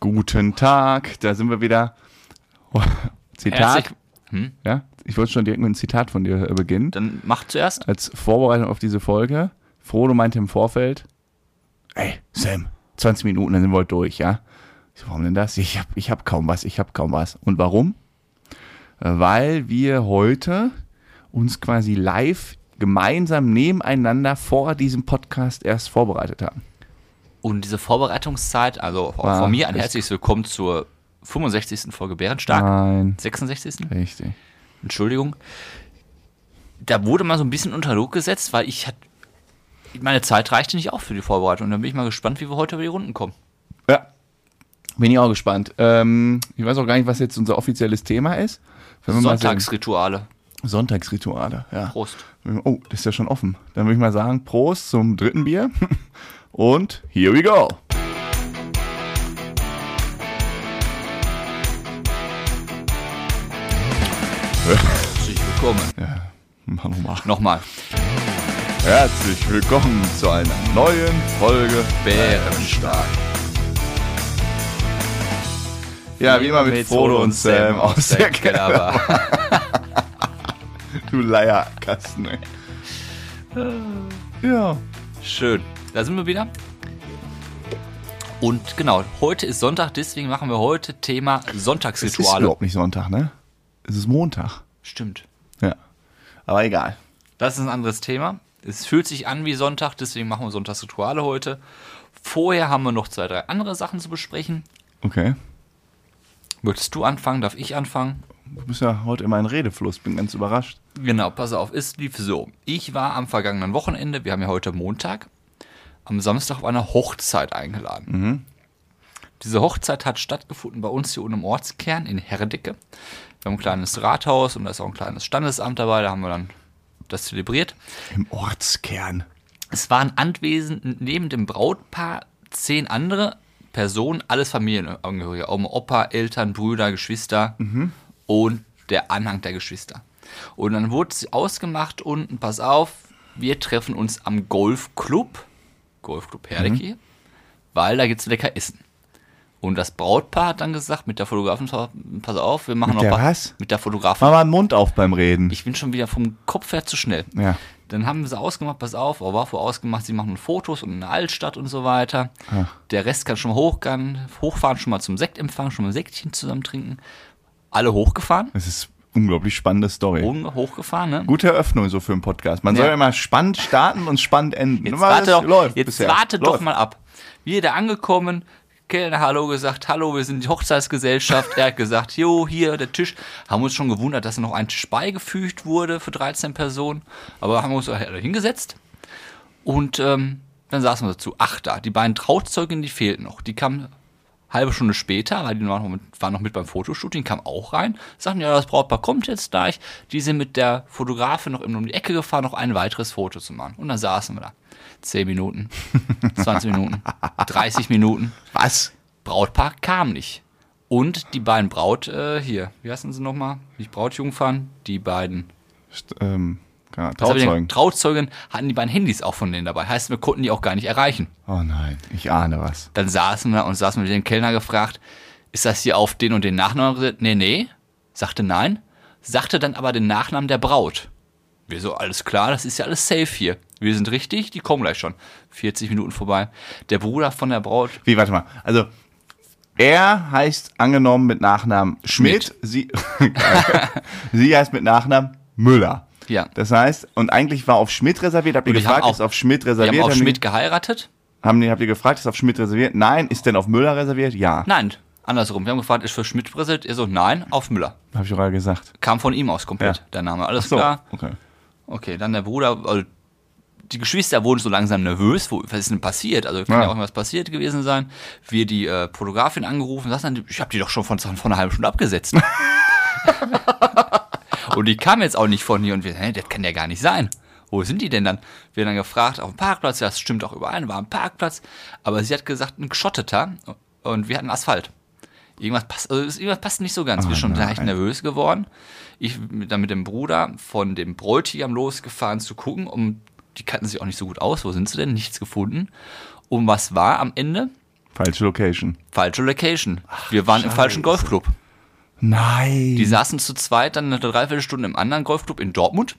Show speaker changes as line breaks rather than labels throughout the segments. Guten Tag, da sind wir wieder. Oh, Zitat.
Herzlich- Hm?
Ja, ich wollte schon direkt mit einem Zitat von dir äh, beginnen.
Dann mach zuerst.
Als Vorbereitung auf diese Folge, Frodo meinte im Vorfeld, ey, Sam, 20 Minuten, dann sind wir heute durch, ja? Ich so, warum denn das? Ich hab, ich hab kaum was, ich hab kaum was. Und warum? Äh, Weil wir heute uns quasi live gemeinsam nebeneinander vor diesem Podcast erst vorbereitet haben.
Und diese Vorbereitungszeit, also auch
War
von mir ein
echt-
herzliches Willkommen zur 65. Folge Bärenstark.
Nein.
66.
Richtig.
Entschuldigung. Da wurde mal so ein bisschen unter Druck gesetzt, weil ich hat, meine Zeit reichte nicht auch für die Vorbereitung. Und dann bin ich mal gespannt, wie wir heute über die Runden kommen.
Ja. Bin ich auch gespannt. Ähm, ich weiß auch gar nicht, was jetzt unser offizielles Thema ist. Wenn wir mal sehen.
Sonntagsrituale.
Sonntagsrituale, ja.
Prost.
Oh, das ist ja schon offen. Dann würde ich mal sagen, Prost zum dritten Bier. Und here we go.
Herzlich willkommen.
Machen wir mal.
Nochmal.
Herzlich willkommen zu einer neuen Folge.
Bärenstark.
Ja, wie immer mit Frodo und Sam aus der Keller.
Kellerbar.
Du Leierkasten, ey. Ah. Ja.
Schön. Da sind wir wieder. Und genau, heute ist Sonntag, deswegen machen wir heute Thema
Es ist
Sonntagsrituale.
überhaupt nicht Sonntag, ne? Es ist Montag.
Stimmt.
Ja. Aber egal.
Das ist ein anderes Thema. Es fühlt sich an wie Sonntag, deswegen machen wir Sonntagsrituale heute. Vorher haben wir noch zwei, drei andere Sachen zu besprechen.
Okay.
Möchtest du anfangen? Darf ich anfangen?
Du bist ja heute immer in Redefluss, bin ganz überrascht.
Genau, pass auf, es lief so. Ich war am vergangenen Wochenende, wir haben ja heute Montag, am Samstag auf einer Hochzeit eingeladen. Diese Hochzeit hat stattgefunden bei uns hier unten im Ortskern in Herdecke. Wir haben ein kleines Rathaus und da ist auch ein kleines Standesamt dabei, da haben wir dann das zelebriert.
Im Ortskern.
Es waren anwesend neben dem Brautpaar zehn andere Personen, alles Familienangehörige, Oma, Opa, Eltern, Brüder, Geschwister
Mhm.
und der Anhang der Geschwister. Und dann wurde es ausgemacht unten, pass auf, wir treffen uns am Golfclub, Golfclub
Mhm.
Herdecke, weil da gibt's lecker Essen. Und das Brautpaar hat dann gesagt, mit der Fotografin, pass auf, wir machen
Mit
noch
der
paar-
was?
Mit der Fotografin.
Mach mal den Mund auf beim Reden.
Ich bin schon wieder vom Kopf her zu schnell.
ja.
Dann haben sie ausgemacht, pass auf, oh, war vor ausgemacht, sie machen Fotos und eine Altstadt und so weiter. Der Rest kann schon mal hochfahren, hochfahren, schon mal zum Sektempfang, schon mal ein Sektchen zusammen trinken. Alle hochgefahren,
Es ist unglaublich spannende Story.
oben hochgefahren, ne?
Oh. Gute Eröffnung so für einen Podcast. Man
Ja.
soll ja immer spannend starten und spannend enden.
Jetzt
Weil
warte,
das
doch,
läuft
jetzt
bisher.
warte doch
läuft.
mal ab. Wir da angekommen, Kellner Hallo gesagt, Hallo, wir sind die Hochzeitsgesellschaft. er hat gesagt, Jo, hier der Tisch. Haben uns schon gewundert, dass noch ein Tisch beigefügt wurde für 13 Personen. Aber haben uns halt alle hingesetzt. Und ähm, dann saßen wir dazu. Ach da, die beiden Trauzeugen, die fehlten noch. Die kamen halbe Stunde später, weil die waren noch mit, waren noch mit beim Fotoshooting, kamen auch rein, sagten, ja, das Brautpaar kommt jetzt gleich. Die sind mit der Fotografin noch eben um die Ecke gefahren, noch ein weiteres Foto zu machen. Und dann saßen wir da. 10 Minuten, 20 Minuten, 30 Minuten.
Was?
Brautpaar kam nicht. Und die beiden Braut, äh, hier, wie heißen sie nochmal? Nicht Brautjungfern, die beiden
St ähm, keine Ahnung,
was hab ich
Trauzeugen.
denn- Trauzeugen hatten die beiden Handys auch von denen dabei. Heißt, wir konnten die auch gar nicht erreichen.
Oh nein, ich ahne was.
Dann saßen wir und saßen mit dem Kellner gefragt, ist das hier auf den und den Nachnamen? Nee, nee. Sagte nein. Sagte dann aber den Nachnamen der Braut. Wir so, alles klar, das ist ja alles safe hier. Wir sind richtig, die kommen gleich schon. 40 Minuten vorbei. Der Bruder von der Braut
Wie, warte mal. Also, er heißt angenommen mit Nachnamen Schmidt. Sie, sie heißt mit Nachnamen Müller.
Ja.
Das heißt, und eigentlich war auf Schmidt reserviert. Habt ihr
Und die haben
gefragt,
auch-
ist auf Schmidt
Wir
reserviert?
haben auf
Haben die-
Schmidt geheiratet?
Haben die, habt ihr gefragt, ist auf Schmidt reserviert? Nein. Ist denn auf Müller reserviert? Ja.
Nein, andersrum. Wir haben gefragt, ist für Schmidt präsent? Er so, nein, auf Müller.
Habe ich gerade gesagt.
Kam von ihm aus komplett,
Ja.
der Name. Alles
So,
klar.
okay.
Okay, dann der Bruder, also die Geschwister wurden so langsam nervös, wo, was ist denn passiert? Also kann
Ja.
ja, auch irgendwas passiert gewesen sein. Wir die äh, Fotografin angerufen, sagten, dann, ich habe die doch schon von, von einer halben Stunde abgesetzt. und die kam jetzt auch nicht von hier und wir, hä, das kann ja gar nicht sein. Wo sind die denn dann? Wir dann gefragt, auf dem Parkplatz, ja, das stimmt auch überein, war am Parkplatz, aber sie hat gesagt, ein geschotteter und wir hatten Asphalt. Irgendwas passt, also es- irgendwas passt nicht so ganz. wir sind schon
Ah, nein.
leicht nervös geworden. Ich mit- dann mit dem Bruder von dem Bräutigam losgefahren zu gucken, um die kannten sich auch nicht so gut aus. Wo sind sie denn? Nichts gefunden. Und was Um war am Ende?
Falsche Location.
Falsche Location. Wir waren im falschen
Scheiße.
Golfclub.
Nein.
Die saßen zu zweit dann eine Dreiviertelstunde im anderen Golfclub in Dortmund.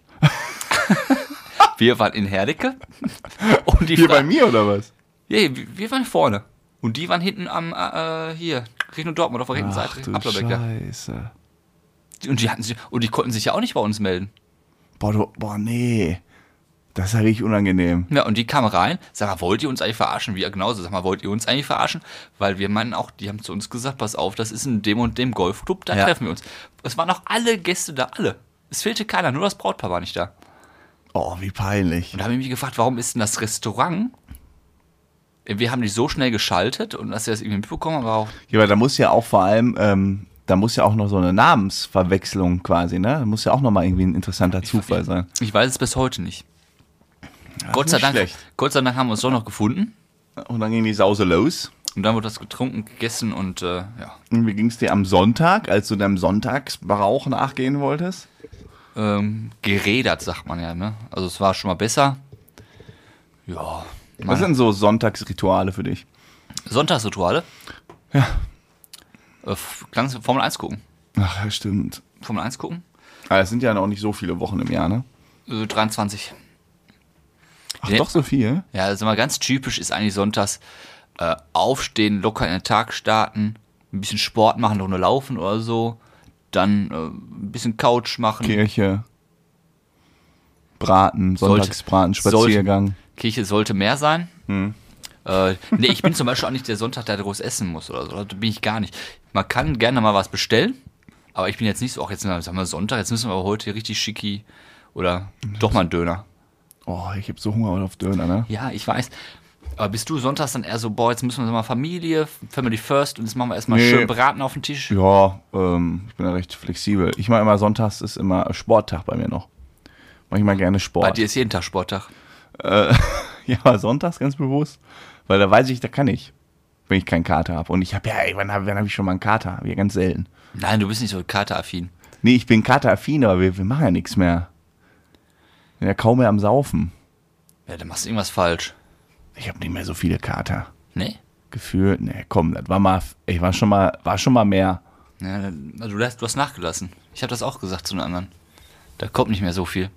wir waren in Herdecke. Und die
Hier
Fra-
bei mir oder was?
Ja, wir wir waren vorne. Und die waren hinten am, äh, hier, Richtung Dortmund auf der rechten Seite, Applerbecker.
Scheiße.
Und die hatten sich, und die konnten sich ja auch nicht bei uns melden.
Boah, du, boah, nee. Das ist ja richtig unangenehm.
Ja, und die kamen rein, sag mal, wollt ihr uns eigentlich verarschen? Wir genauso, sag mal, wollt ihr uns eigentlich verarschen? Weil wir meinen auch, die haben zu uns gesagt, pass auf, das ist in dem und dem Golfclub, da
Ja.
treffen wir uns. Es waren auch alle Gäste da, alle. Es fehlte keiner, nur das Brautpaar war nicht da.
Oh, wie peinlich.
Und da habe ich mich gefragt, warum ist denn das Restaurant? Wir haben die so schnell geschaltet und dass wir das irgendwie mitbekommen haben, war auch
Ja, aber da muss ja auch vor allem, ähm, da muss ja auch noch so eine Namensverwechslung quasi, ne? Da muss ja auch nochmal irgendwie ein interessanter Zufall sein.
Ich weiß es bis heute nicht. Gott, sei
nicht
Dank,
schlecht.
Gott sei Dank haben wir uns doch noch gefunden.
Und dann ging die Sause los.
Und dann wurde das getrunken, gegessen und äh, ja.
Und wie ging es dir am Sonntag, als du deinem Sonntagsbrauch nachgehen wolltest?
Ähm, gerädert, sagt man ja, ne? Also es war schon mal besser. Ja.
Was sind so Sonntagsrituale für dich?
Sonntagsrituale? Ja. Äh, f- kannst du Formel 1 gucken.
Ach, ja, stimmt.
Formel 1 gucken?
Aber Ah, es sind ja noch nicht so viele Wochen im Jahr, ne?
Äh, 23.
Ach,
Ja.
doch so viel?
Ja, also mal ganz typisch ist eigentlich sonntags äh, aufstehen, locker in den Tag starten, ein bisschen Sport machen, eine Runde laufen oder so, dann äh, ein bisschen Couch machen,
Kirche, Braten,
Sollte-
Sonntagsbraten,
sollte-
Spaziergang.
Kirche sollte mehr sein. Äh, nee, ich bin zum Beispiel auch nicht der Sonntag, der groß essen muss oder so. Da bin ich gar nicht. Man kann gerne mal was bestellen, aber ich bin jetzt nicht so, auch jetzt sagen wir Sonntag, jetzt müssen wir aber heute hier richtig schicki oder doch mal einen Döner.
Oh, ich habe so Hunger auf Döner, ne?
Ja, ich weiß. Aber bist du sonntags dann eher so, boah, jetzt müssen wir mal Familie, Family First und jetzt machen wir erstmal
Nee.
schön Braten auf den Tisch?
Ja, ähm, ich bin da recht flexibel. Ich mache immer sonntags ist immer äh, Sporttag bei mir noch. Mach ich mal gerne Sport.
Bei dir ist jeden Tag Sporttag.
Ja, aber sonntags ganz bewusst. Weil da weiß ich, da kann ich. Wenn ich keinen Kater habe. Und ich habe ja, ey, wann habe wann hab ich schon mal einen Kater? Ja, ganz selten.
Nein, du bist nicht so kateraffin.
Nee, ich bin kateraffin, aber wir, wir machen ja nichts mehr. Bin ja kaum mehr am Saufen.
Ja, dann machst du irgendwas falsch.
Ich habe nicht mehr so viele Kater.
Nee?
Gefühlt, nee, komm, das war mal, ich war schon mal, war schon mal mehr.
Ja, dann- also du hast, du hast nachgelassen. Ich habe das auch gesagt zu den anderen. Da kommt nicht mehr so viel.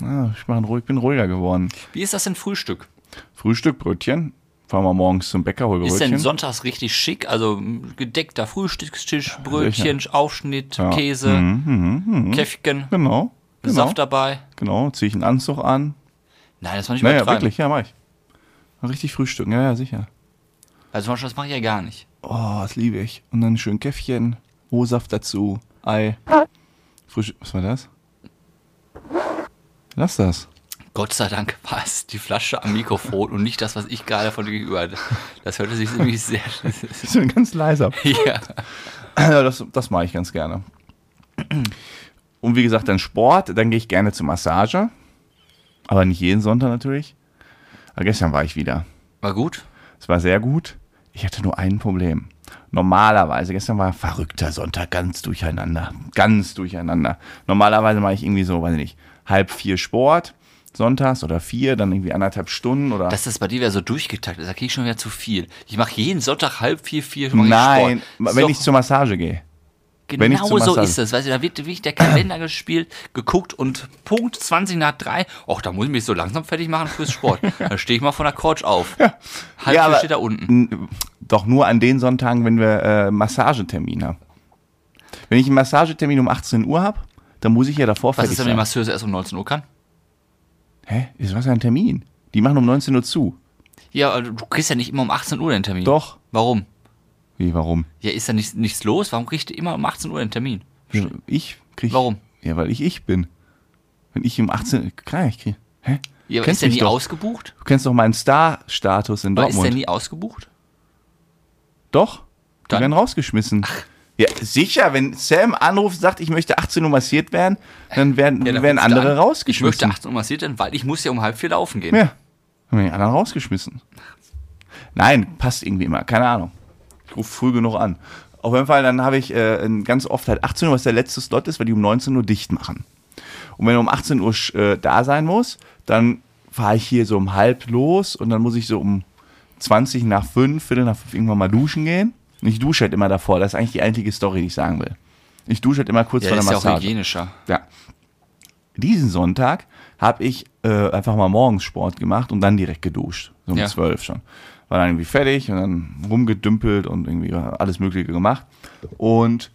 Ah, ich mach, ruhig- bin ruhiger geworden.
Wie ist das denn Frühstück?
Frühstück, Brötchen. Fahren wir morgens zum Bäcker, hol
Ist denn
Brötchen.
sonntags richtig schick? Also m, gedeckter Frühstückstisch, Brötchen, Aufschnitt,
Ja.
Käse, Käffchen,
genau, genau,
Saft dabei.
genau. Zieh ich einen Anzug an.
Nein, das war nicht
Naja,
übertreiben.
wirklich, ja, mach ich. Richtig frühstücken, ja, ja, sicher.
Also zum Beispiel, das mache ich ja gar nicht.
Oh, das liebe ich. Und dann schön Käffchen, O-Saft dazu, Ei. Frühstück, was war das? Lass das.
Gott sei Dank war es die Flasche am Mikrofon und nicht das, was ich gerade von dir gegenüber hatte. Das hörte sich irgendwie sehr...
Ist ein ganz leiser.
ja.
Ja, Das, das mache ich ganz gerne. Und wie gesagt, dann Sport, dann gehe ich gerne zur Massage. Aber nicht jeden Sonntag natürlich. Aber gestern war ich wieder.
War gut?
Es war sehr gut. Ich hatte nur ein Problem. Normalerweise, gestern war verrückter Sonntag, ganz durcheinander. Ganz durcheinander. Normalerweise mache ich irgendwie so, weiß ich nicht, halb vier Sport sonntags oder vier, dann irgendwie anderthalb Stunden oder.
Dass das bei dir wieder so durchgetaktet ist, da krieg ich schon wieder zu viel. Ich mache jeden Sonntag halb vier, vier mach ich
Nein,
Sport. Ist
wenn
doch
ich zur Massage gehe.
genau
wenn ich zum
so
Massage-
ist das. Weißt du, da wird wirklich der Kalender gespielt, geguckt und Punkt 20 nach drei. Och, da muss ich mich so langsam fertig machen fürs Sport. da stehe ich mal von der Couch auf. Halb
Ja, aber-
vier
Hm,
steht da unten.
N- Doch nur an den Sonntagen, wenn wir äh, Massagetermin haben. Wenn ich einen Massagetermin um 18 Uhr habe, dann muss ich ja davor
Was
fertig
ist, wenn die
sein.
Masseuse erst um 19 Uhr kann?
Hä? Ist was für ein Termin? Die machen um 19 Uhr zu.
Ja, aber du kriegst ja nicht immer um 18 Uhr den Termin.
Doch.
Warum?
Wie, warum?
Ja, ist da nicht, nichts los? Warum kriegst du immer um 18 Uhr den Termin?
Ja, Ich krieg.
Warum?
Ja, weil ich ich bin. Wenn ich um 18. Klar, ich krieg. Hä?
Ja, aber
Kennst
ist der
mich
nie
doch.
ausgebucht?
Du kennst doch meinen Star-Status in
Aber Ist der
Dortmund.
nie ausgebucht?
Doch. Die
Dann-
werden rausgeschmissen. Ja, sicher, wenn Sam anruft und sagt, ich möchte 18 Uhr massiert werden, dann werden,
Ja, dann
werden
rufst du
andere
an. Ich
rausgeschmissen.
möchte 18 Uhr massiert werden, weil ich muss ja um halb vier laufen gehen.
ja. Dann werden die anderen rausgeschmissen. Nein, passt irgendwie immer. Keine Ahnung. Ich rufe früh genug an. Auf jeden Fall, dann habe ich äh, ganz oft halt 18 Uhr, was der letzte Slot ist, weil die um 19 Uhr dicht machen. Und wenn du um 18 Uhr sch- äh, da sein muss, dann fahre ich hier so um halb los und dann muss ich so um 20 nach 5, Viertel nach 5 irgendwann mal duschen gehen. Und ich dusche halt immer davor. Das ist eigentlich die einzige Story, die ich sagen will. Ich dusche halt immer kurz
Ja,
vor der
ist ja auch
Massage.
hygienischer.
Ja. Diesen Sonntag habe ich äh, einfach mal morgens Sport gemacht und dann direkt geduscht. So um
Ja.
zwölf schon. War dann irgendwie fertig und dann rumgedümpelt und irgendwie alles Mögliche gemacht. Und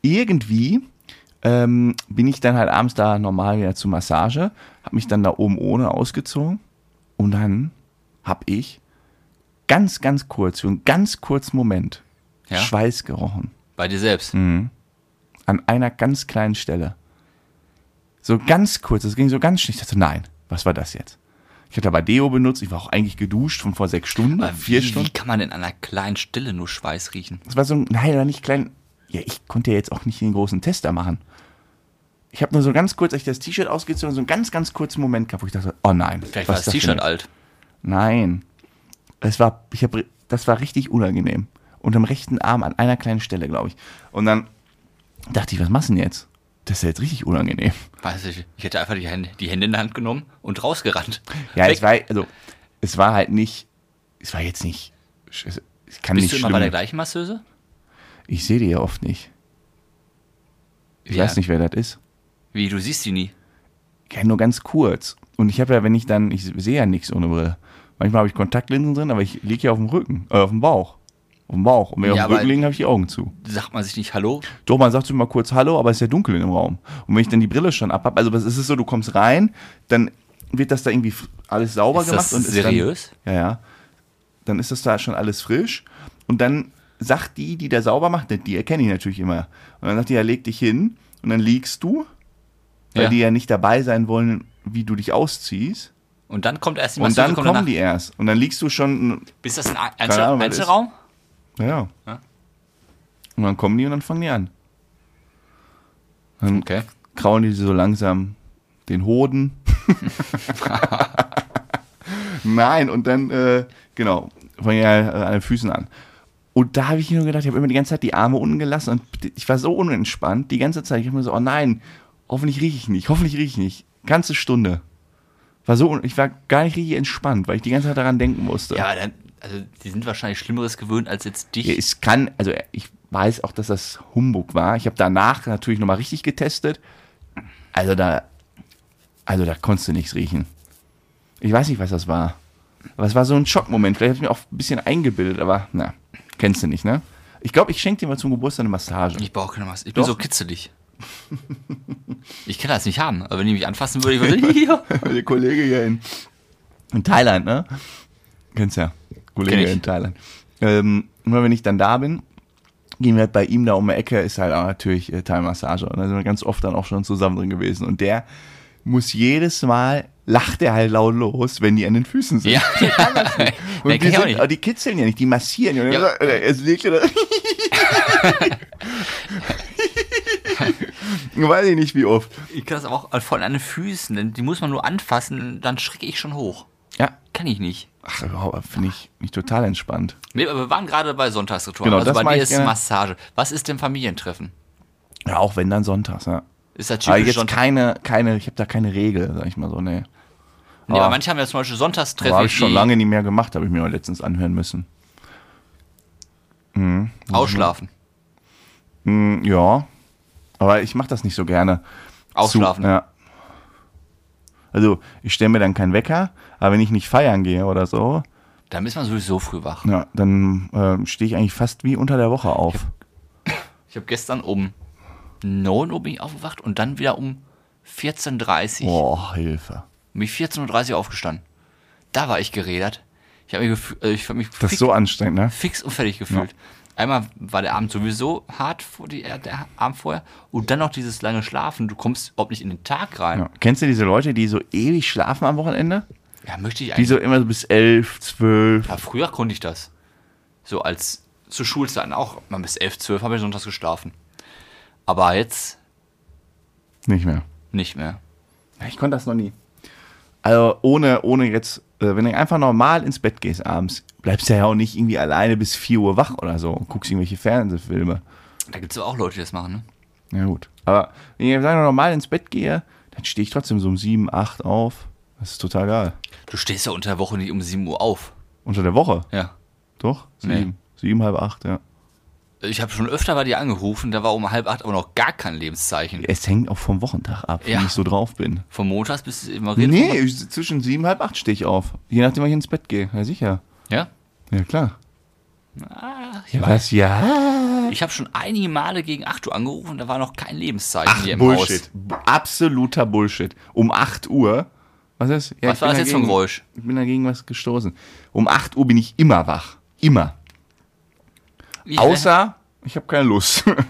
irgendwie ähm, bin ich dann halt abends da normal wieder zur Massage, habe mich dann da oben ohne ausgezogen und dann habe ich ganz, ganz kurz, für einen ganz kurzen Moment
Ja.
Schweiß gerochen
Bei dir selbst.
Hm. an einer ganz kleinen Stelle. So ganz kurz, das ging so ganz schnell. Ich dachte, nein, was war das jetzt? Ich hatte aber Deo benutzt, ich war auch eigentlich geduscht von vor sechs Stunden,
Aber
vier
wie,
Stunden.
Wie kann man denn an einer kleinen Stille nur Schweiß riechen?
Das war so ein, nein, war nicht klein. Ja, ich konnte ja jetzt auch nicht den großen Tester machen. Ich habe nur so ganz kurz, als ich das T-Shirt ausgezogen habe, so einen ganz, ganz kurzen Moment gehabt, wo ich dachte, oh nein. was
Vielleicht war
ist
das
für
T-Shirt
eine-
alt.
Nein. Es war, ich hab, ri- das war richtig unangenehm. Unterm rechten Arm an einer kleinen Stelle, glaube ich. Und dann dachte ich, was machst du denn jetzt? Das ist ja jetzt richtig unangenehm.
Weiß ich, ich hätte einfach die Hände, die Hände in der Hand genommen und rausgerannt.
Ja,
Weg.
es war, also, es war halt nicht, es war jetzt nicht, es es kann
Bist du
nicht
immer bei der
schlimm.
gleichen Masseuse?
Ich sehe die ja oft nicht. Ich
Ja.
weiß nicht, wer das ist.
Wie, du siehst die nie.
Ja, nur ganz kurz. Und ich habe ja, wenn ich dann, ich sehe ja nichts ohne Brille. Manchmal habe ich Kontaktlinsen drin, aber ich liege ja auf dem Rücken, äh, auf dem Bauch. Auf dem Bauch. Und wenn ich
Ja,
auf dem Rücken
aber-
liege, habe ich die Augen zu.
Sagt man sich nicht Hallo?
Doch, man sagt immer kurz Hallo, aber es ist ja dunkel im Raum. Und wenn ich dann die Brille schon ab habe, also es ist so, du kommst rein, dann wird das da irgendwie fr- alles sauber
Ist
gemacht.
das
und
seriös?
Ist dann, ja, ja. Dann ist das da schon alles frisch. Und dann sagt die, die da sauber macht, die erkenne ich natürlich immer. Und dann sagt die, ja, leg dich hin. Und dann liegst du, weil
Ja.
die ja nicht dabei sein wollen, wie du dich ausziehst.
Und dann kommt erst die
Und
Masseuse.
dann
kommt
kommen
danach.
die erst. Und dann liegst du schon,
Ist das ein Ein- Einzel
Ahnung, was das ist.
Einzelraum?
naja.
Ja.
Und dann kommen die und dann fangen die an. Dann
Okay.
kraulen die so langsam den Hoden. Nein, und dann, äh, genau, fangen ja äh, an den Füßen an. Und da habe ich nur gedacht, ich habe immer die ganze Zeit die Arme unten gelassen und ich war so unentspannt die ganze Zeit. Ich habe mir so, oh nein, hoffentlich rieche ich nicht, hoffentlich rieche ich nicht. Ganze Stunde. War so, un- ich war gar nicht richtig entspannt, weil ich die ganze Zeit daran denken musste.
Ja, aber dann, also die sind wahrscheinlich Schlimmeres gewöhnt als jetzt dich.
Ja, es kann, also ich weiß auch, dass das Humbug war. Ich habe danach natürlich nochmal richtig getestet. Also da, also da konntest du nichts riechen. Ich weiß nicht, was das war. Aber es war so ein Schockmoment. Vielleicht habe ich mir auch ein bisschen eingebildet, aber na, kennst du nicht, ne? Ich glaube, ich schenke dir mal zum Geburtstag eine Massage.
Ich brauche keine Maske. Ich
Doch.
bin so kitzelig. ich kann das nicht haben. Aber wenn ich mich anfassen würde, ich würde hier.
Der Kollege hier in, in Thailand, ne? Kennst ja.
Kenn
Kollege
ich.
in Thailand. Ähm, immer wenn ich dann da bin, gehen wir halt bei ihm da um die Ecke, ist halt auch natürlich äh, Thai-Massage. Und da sind wir ganz oft dann auch schon zusammen drin gewesen. Und der muss jedes Mal, lacht er halt laut los, wenn die an den Füßen sind.
Ja.
Und die,
Nee, kenn ich auch
sind,
nicht.
aber die kitzeln ja nicht, die massieren. Und
Ja.
ja. er legt ja das. Weiß ich nicht, wie oft.
Ich kann das aber auch von an den Füßen. Denn die muss man nur anfassen, dann schrecke ich schon hoch.
Ja.
Kann ich nicht.
Ach, überhaupt, finde ich mich total entspannt.
Nee, aber wir waren gerade bei Sonntagsritual.
Genau,
also
das mach
bei
ich
dir ist
gerne.
Massage. Was ist denn Familientreffen?
Ja, auch wenn dann sonntags, ja.
Ist das
Aber
typisch
Ah, jetzt
Sonntag?
keine, keine, ich habe da keine Regel, sag ich mal so, nee.
Nee, aber
Ah.
manche haben ja zum Beispiel Sonntagstreffen.
Habe ich schon
die
lange nicht mehr gemacht, habe ich mir mal letztens anhören müssen. Mhm.
Ausschlafen.
Hm, ja, aber ich mache das nicht so gerne.
Ausschlafen.
Zu, ja. Also, ich stelle mir dann keinen Wecker, aber wenn ich nicht feiern gehe oder so,
Dann ist man sowieso früh wach.
ja, dann ähm, stehe ich eigentlich fast wie unter der Woche auf.
Ich habe gestern um 9 Uhr bin ich aufgewacht und dann wieder um 14.30 Uhr.
Boah, Hilfe.
Bin ich 14.30 Uhr aufgestanden. Da war ich geredert. Ich habe mich, gefü- also ich hab mich
Das
fix,
ist so anstrengend, ne?
fix und fertig gefühlt. Einmal war der Abend sowieso hart, vor die, äh, der Abend vorher. Und dann noch dieses lange Schlafen. Du kommst überhaupt nicht in den Tag rein.
Ja.
Ja,
Kennst du diese Leute, die so ewig schlafen am Wochenende?
möchte ich
Die
eigentlich.
so immer so bis elf, zwölf.
Ja, früher konnte ich das. So als zu Schulzeiten auch. Mal bis 11, 12 habe ich sonntags geschlafen. Aber jetzt
Nicht mehr.
nicht mehr.
Ja, Ich konnte das noch nie. Also ohne, ohne jetzt, äh, wenn du einfach normal ins Bett gehst abends, bleibst du ja auch nicht irgendwie alleine bis 4 Uhr wach oder so und guckst irgendwelche Fernsehfilme.
Da gibt es auch Leute, die das machen, ne?
Na gut. Aber wenn ich einfach normal ins Bett gehe, dann stehe ich trotzdem so um 7, 8 auf. Das ist total geil.
Du stehst ja unter der Woche nicht um 7 Uhr auf.
Unter der Woche?
Ja.
Doch?
Nee.
Sieben. Sieben, halb acht, ja.
Ich habe schon öfter bei dir angerufen, da war um halb acht aber noch gar kein Lebenszeichen.
Es hängt auch vom Wochentag ab,
Ja.
wenn ich so drauf bin.
Von montags bis immer
Nee, ich, zwischen sieben, halb acht stehe ich auf. Je nachdem, wann ich ins Bett gehe. Ja, sicher.
Ja?
Ja, klar.
Ah,
Ja, was? Ja.
Ich habe schon einige Male gegen 8 Uhr angerufen, da war noch kein Lebenszeichen hier im Haus.
Bullshit. B- Absoluter Bullshit. Um 8 Uhr. Was ist? Ja,
Was
ich
war
bin
das jetzt für ein
dagegen-
Geräusch?
Ich bin dagegen was gestoßen. Um 8 Uhr bin ich immer wach. Immer.
Ich,
Außer, ich habe keine Lust.
werde,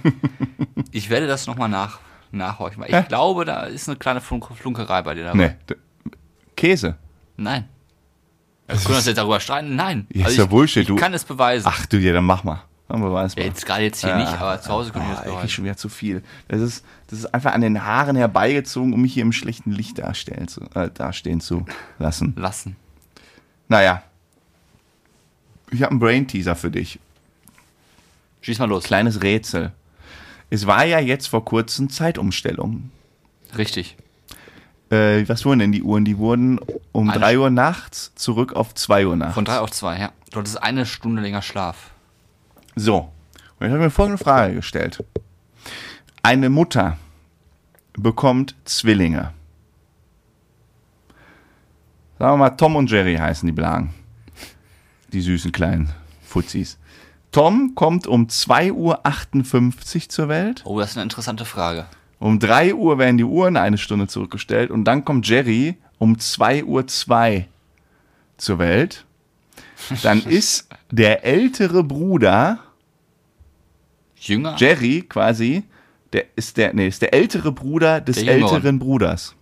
ich werde das nochmal nach, nachhorchen, weil ich
Hä?
glaube, da ist eine kleine Flunk Flunkerei bei dir dabei.
nee. d- Käse.
Nein. Wir können uns jetzt darüber streiten. Nein.
Ja, ist ja Bullshit,
Also ich,
du-
Ich kann es beweisen.
Ach du, ja, dann mach mal. Dann beweis mal.
Jetzt gerade jetzt hier nicht, aber zu Hause können wir das
Ah, ich krieg
beweisen.
schon wieder zu viel. Das ist, das ist einfach an den Haaren herbeigezogen, um mich hier im schlechten Licht darstellen zu, äh, dastehen zu lassen.
Lassen.
Naja. Ich habe einen Brain-Teaser für dich.
Schieß mal los.
Kleines Rätsel. Es war ja jetzt vor kurzem Zeitumstellung.
Richtig.
Äh, was wurden denn die Uhren? Die wurden um
Eine-
3 Uhr nachts zurück auf 2 Uhr nachts.
Von 3 auf 2, ja. Dort ist eine Stunde länger Schlaf.
So, und ich habe mir folgende Frage gestellt. Eine Mutter bekommt Zwillinge. Sagen wir mal, Tom und Jerry heißen die Blagen. Die süßen kleinen Fuzzis. Tom kommt um 2.58 Uhr zur Welt.
Oh, das ist eine interessante Frage.
Um 3 Uhr werden die Uhren eine Stunde zurückgestellt. Und dann kommt Jerry um 2.02 Uhr zur Welt. Dann ist der ältere Bruder
Jünger?
Jerry quasi, der ist der, nee, ist der ältere Bruder des
Der Jüngere.
älteren Bruders.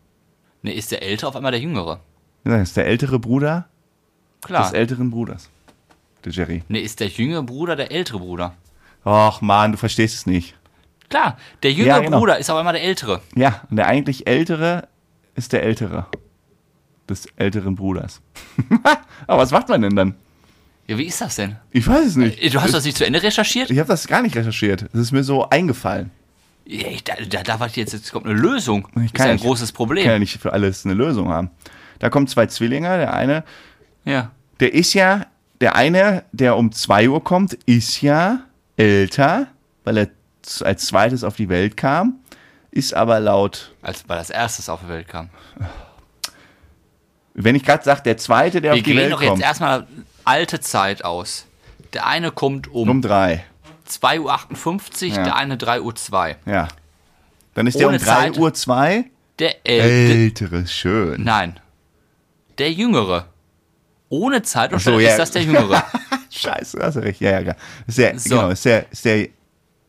nee, ist der älter auf einmal der Jüngere?
Nein, ist der ältere Bruder
Klar.
des älteren Bruders. Der Jerry.
Nee, ist der jüngere Bruder der ältere Bruder?
Och man, du verstehst es nicht.
Klar, der jüngere
Ja, genau.
Bruder ist auf einmal der ältere.
Ja, und der eigentlich ältere ist der ältere des älteren Bruders. Aber was macht man denn dann?
Ja, wie ist das denn?
Ich weiß es nicht.
Du hast das nicht zu Ende recherchiert?
Äh, Ich habe das gar nicht recherchiert. Das ist mir so eingefallen.
Ja, ich- da, da, da warte ich jetzt, jetzt kommt eine Lösung.
Ich
Das ist
kann
ja ein
nicht-
großes
Ich kann ja
Problem.
nicht für alles eine Lösung haben. Da kommen zwei Zwillinge. Der eine
Ja.
der ist ja, der eine, der um 2 Uhr kommt, ist ja älter, weil er z- als zweites auf die Welt kam, ist aber laut,
Als weil das erstes auf die Welt kam.
wenn ich gerade sage, der zweite, der auf
Wir
die
gehen
Welt
doch jetzt
kommt,
erstmal alte Zeit aus. Der eine kommt um
um 3,
2.58 Uhr,
Ja.
der eine 3.02 Uhr.
ja. Dann ist der
Ohne
um 3
Zeit. Äh,
Uhr 2,
Der älte.
ältere, schön.
Nein. Der jüngere. Ohne Zeit
so,
ist
ja.
das der jüngere.
Scheiße, das ist recht, ja, ja, ja. Ist der,
So.
genau, ist der, ist der,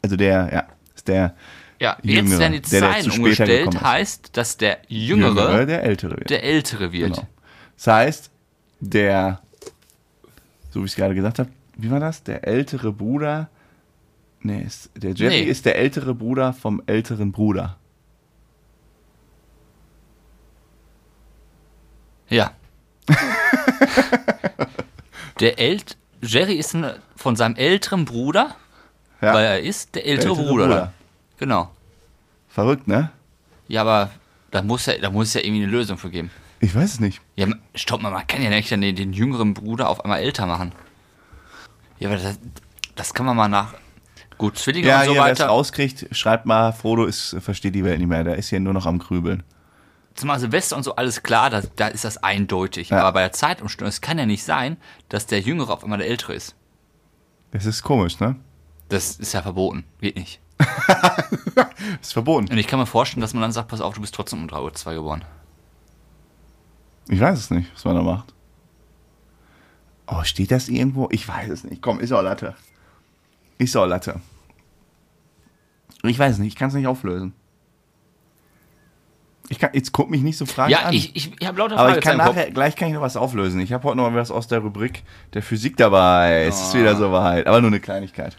also der, ja, ist der
Ja,
Jüngere,
jetzt werden die
der, der
Zeilen
zu später
umgestellt,
gekommen ist.
heißt, dass der
Jüngere,
Jüngere,
der Ältere wird.
der Ältere wird.
Genau. Das heißt, der, so wie ich es gerade gesagt habe, wie war das? Der ältere Bruder. Nee, ist, der Jerry
Nee.
ist der ältere Bruder vom älteren Bruder.
Ja. der Ält Jerry ist ein, von seinem älteren Bruder,
Ja,
weil er ist der ältere,
ältere
Bruder.
Bruder.
Genau.
Verrückt, ne?
Ja, aber da muss ja, da muss es ja irgendwie eine Lösung für geben.
Ich weiß es nicht.
Ja, ma- stopp mal, man kann ja nicht den, den jüngeren Bruder auf einmal älter machen. Ja, aber das, das kann man mal nach. Gut, Zwillinge
Ja,
und so
ihr, wer es
weiter.
rauskriegt, schreibt mal, Frodo ist, versteht die Welt nicht mehr. Der ist hier nur noch am Grübeln.
Zumal Silvester und so alles klar, da, da ist das eindeutig.
Ja.
Aber bei der Zeitumstellung, es kann ja nicht sein, dass der Jüngere auf einmal der Ältere ist.
Das ist komisch, ne?
Das ist ja verboten. Geht nicht.
Ist verboten.
Und ich kann mir vorstellen, dass man dann sagt, pass auf, du bist trotzdem um 3 Uhr 2 geboren.
Ich weiß es nicht, was man da macht. Oh, steht das irgendwo? Ich weiß es nicht. Komm, ist auch Latte. Ist auch Latte. Ich weiß es nicht, ich kann es nicht auflösen. Ich kann, jetzt guck mich nicht so fragen
Ja,
an.
ich, ich, ich habe lauter
aber ich
Fragezeichen
kann
im Kopf.
nachher, gleich kann ich noch was auflösen. Ich habe heute noch was aus der Rubrik der Physik dabei. Es ist
Ah.
wieder soweit. Aber nur eine Kleinigkeit.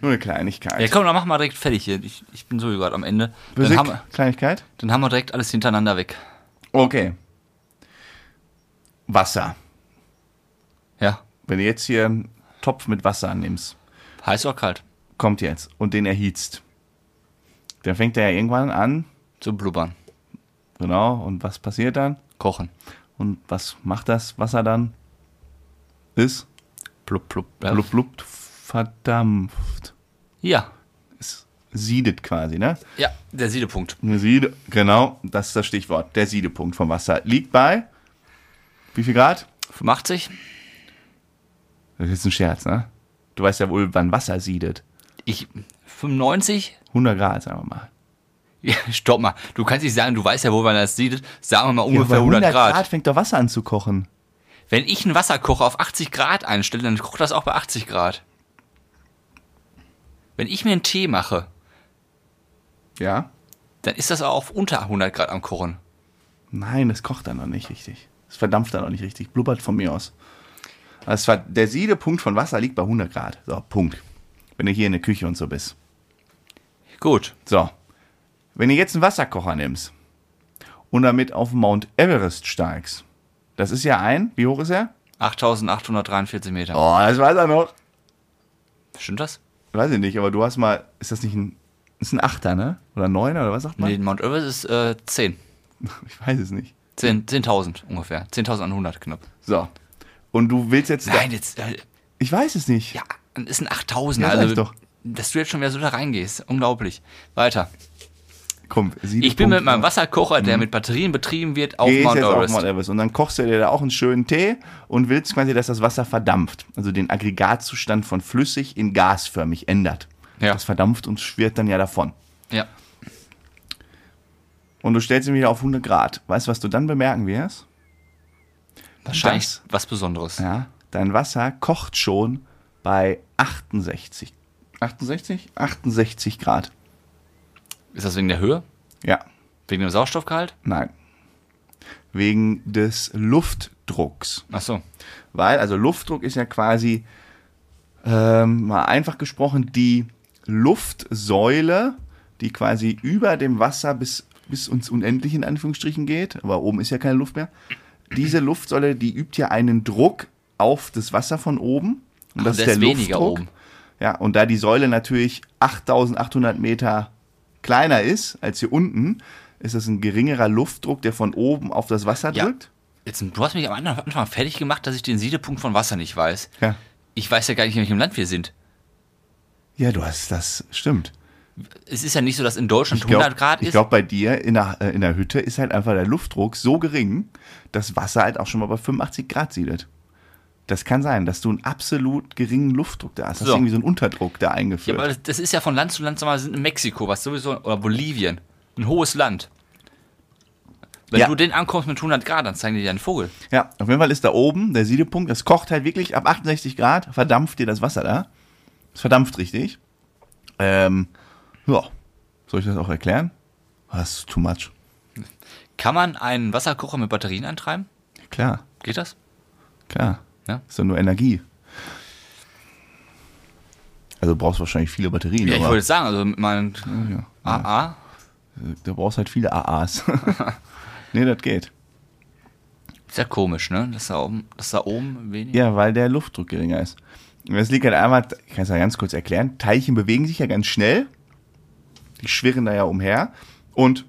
Nur eine Kleinigkeit.
Ja, komm, dann machen wir direkt fertig hier. Ich, ich bin sowieso gerade am Ende. Dann
Physik,
haben, wir-
Kleinigkeit.
dann haben wir direkt alles hintereinander weg.
Okay. Wasser.
Ja.
Wenn du jetzt hier einen Topf mit Wasser annimmst,
Heiß oder kalt?
kommt jetzt und den erhitzt, dann fängt er ja irgendwann an,
Zu blubbern.
genau, und was passiert dann?
Kochen.
Und was macht das Wasser dann? ist
Blub, blub, ja.
blub, blub, verdampft.
Ja.
Es siedet quasi, ne?
ja, der Siedepunkt.
Eine Siede, genau, das ist das Stichwort. Der Siedepunkt vom Wasser liegt bei wie viel Grad?
85?
Das ist ein Scherz, ne? Du weißt ja wohl, wann Wasser siedet.
Ich, 95?
100 Grad, sagen wir mal.
Ja, stopp mal. Du kannst nicht sagen, du weißt ja, wo man das sieht. Sagen wir mal
Ja,
ungefähr
bei
100 Grad.
fängt doch Wasser an zu kochen.
Wenn ich einen Wasserkocher auf 80 Grad einstelle, dann kocht das auch bei 80 Grad. Wenn ich mir einen Tee mache,
Ja?
dann ist das auch auf unter 100 Grad am Kochen.
Nein, das kocht dann noch nicht richtig. Das verdampft dann noch nicht richtig. Blubbert von mir aus. Also es war, der Siedepunkt von Wasser liegt bei 100 Grad. So, Punkt. Wenn du hier in der Küche und so bist.
Gut.
So. Wenn du jetzt einen Wasserkocher nimmst und damit auf Mount Everest steigst, das ist ja ein, wie hoch ist er?
8843 Meter.
Oh, das weiß er noch.
Stimmt das?
Weiß ich nicht, aber du hast mal, ist das nicht ein, ist ein Achter, ne? Oder ein Neuner oder was sagt man?
Nee, Mount Everest ist äh, 10.
Ich weiß es nicht.
10 10.000 ungefähr. 10.100 knapp.
So. Und du willst jetzt,
Nein, jetzt, äh,
ich weiß es nicht.
ja, dann ist ein 8.000.
Ja, sag
also,
ich doch.
dass du jetzt schon wieder so da reingehst. Unglaublich. Weiter.
Komm, sieben
Ich bin
Punkte.
mit meinem Wasserkocher, der mit Batterien betrieben wird, auf
Gehst
Mount
jetzt auf
Everest.
Mount Everest. Und dann kochst du dir da auch einen schönen Tee und willst quasi, dass das Wasser verdampft. Also den Aggregatzustand von flüssig in gasförmig ändert.
Ja.
Das verdampft und schwirrt dann ja davon.
ja.
Und du stellst ihn wieder auf 100 Grad. Weißt du, was du dann bemerken wirst?
Wahrscheinlich
Das-
was Besonderes.
Ja. Dein Wasser kocht schon bei 68. 68? 68 Grad.
Ist das wegen der Höhe?
Ja.
Wegen dem Sauerstoffgehalt?
Nein. Wegen des Luftdrucks.
Ach so.
Weil, also Luftdruck ist ja quasi, ähm, mal einfach gesprochen, die Luftsäule, die quasi über dem Wasser bis, bis ins Unendliche in Anführungsstrichen geht, aber oben ist ja keine Luft mehr. Diese Luftsäule, die übt ja einen Druck auf das Wasser von oben. Und das
der
ist der
ist weniger
Luftdruck.
oben.
Ja, und da die Säule natürlich 8800 Meter kleiner ist als hier unten, ist das ein geringerer Luftdruck, der von oben auf das Wasser
Ja.
drückt.
Jetzt, du hast mich am Anfang Anfang fertig gemacht, dass ich den Siedepunkt von Wasser nicht weiß.
Ja.
Ich weiß ja gar nicht, in welchem Land wir sind.
Ja, du hast das, stimmt.
Es ist ja nicht so, dass in Deutschland 100 Grad ist.
Ich glaube, bei dir in der, äh, in der Hütte ist halt einfach der Luftdruck so gering, dass Wasser halt auch schon mal bei 85 Grad siedet. Das kann sein, dass du einen absolut geringen Luftdruck da hast. Hast
So.
irgendwie so einen Unterdruck da
ja,
eingeführt.
aber das, das ist ja von Land zu Land, sag mal, wir sind in Mexiko, was sowieso, oder Bolivien. Ein hohes Land. Wenn
Ja.
du den ankommst mit 100 Grad, dann zeigen die dir einen Vogel.
ja, auf jeden Fall ist da oben der Siedepunkt. Es kocht halt wirklich ab 68 Grad, verdampft dir das Wasser da. Es verdampft richtig. Ähm, ja, soll ich das auch erklären? Das ist too much.
Kann man einen Wasserkocher mit Batterien antreiben?
Klar,
Geht das?
klar.
Ja.
Ist doch nur Energie. Also brauchst wahrscheinlich viele Batterien.
Ja, ich
aber-
wollte sagen, also mit meinen äh,
Ja,
AA.
da brauchst halt viele AAs. nee, das geht.
Ist ja komisch, ne? Dass da oben, dass da oben wenig.
Ja, weil der Luftdruck geringer ist. Und Das liegt halt einmal, ich kann es ja ganz kurz erklären, Teilchen bewegen sich ja ganz schnell. Die schwirren da ja umher. Und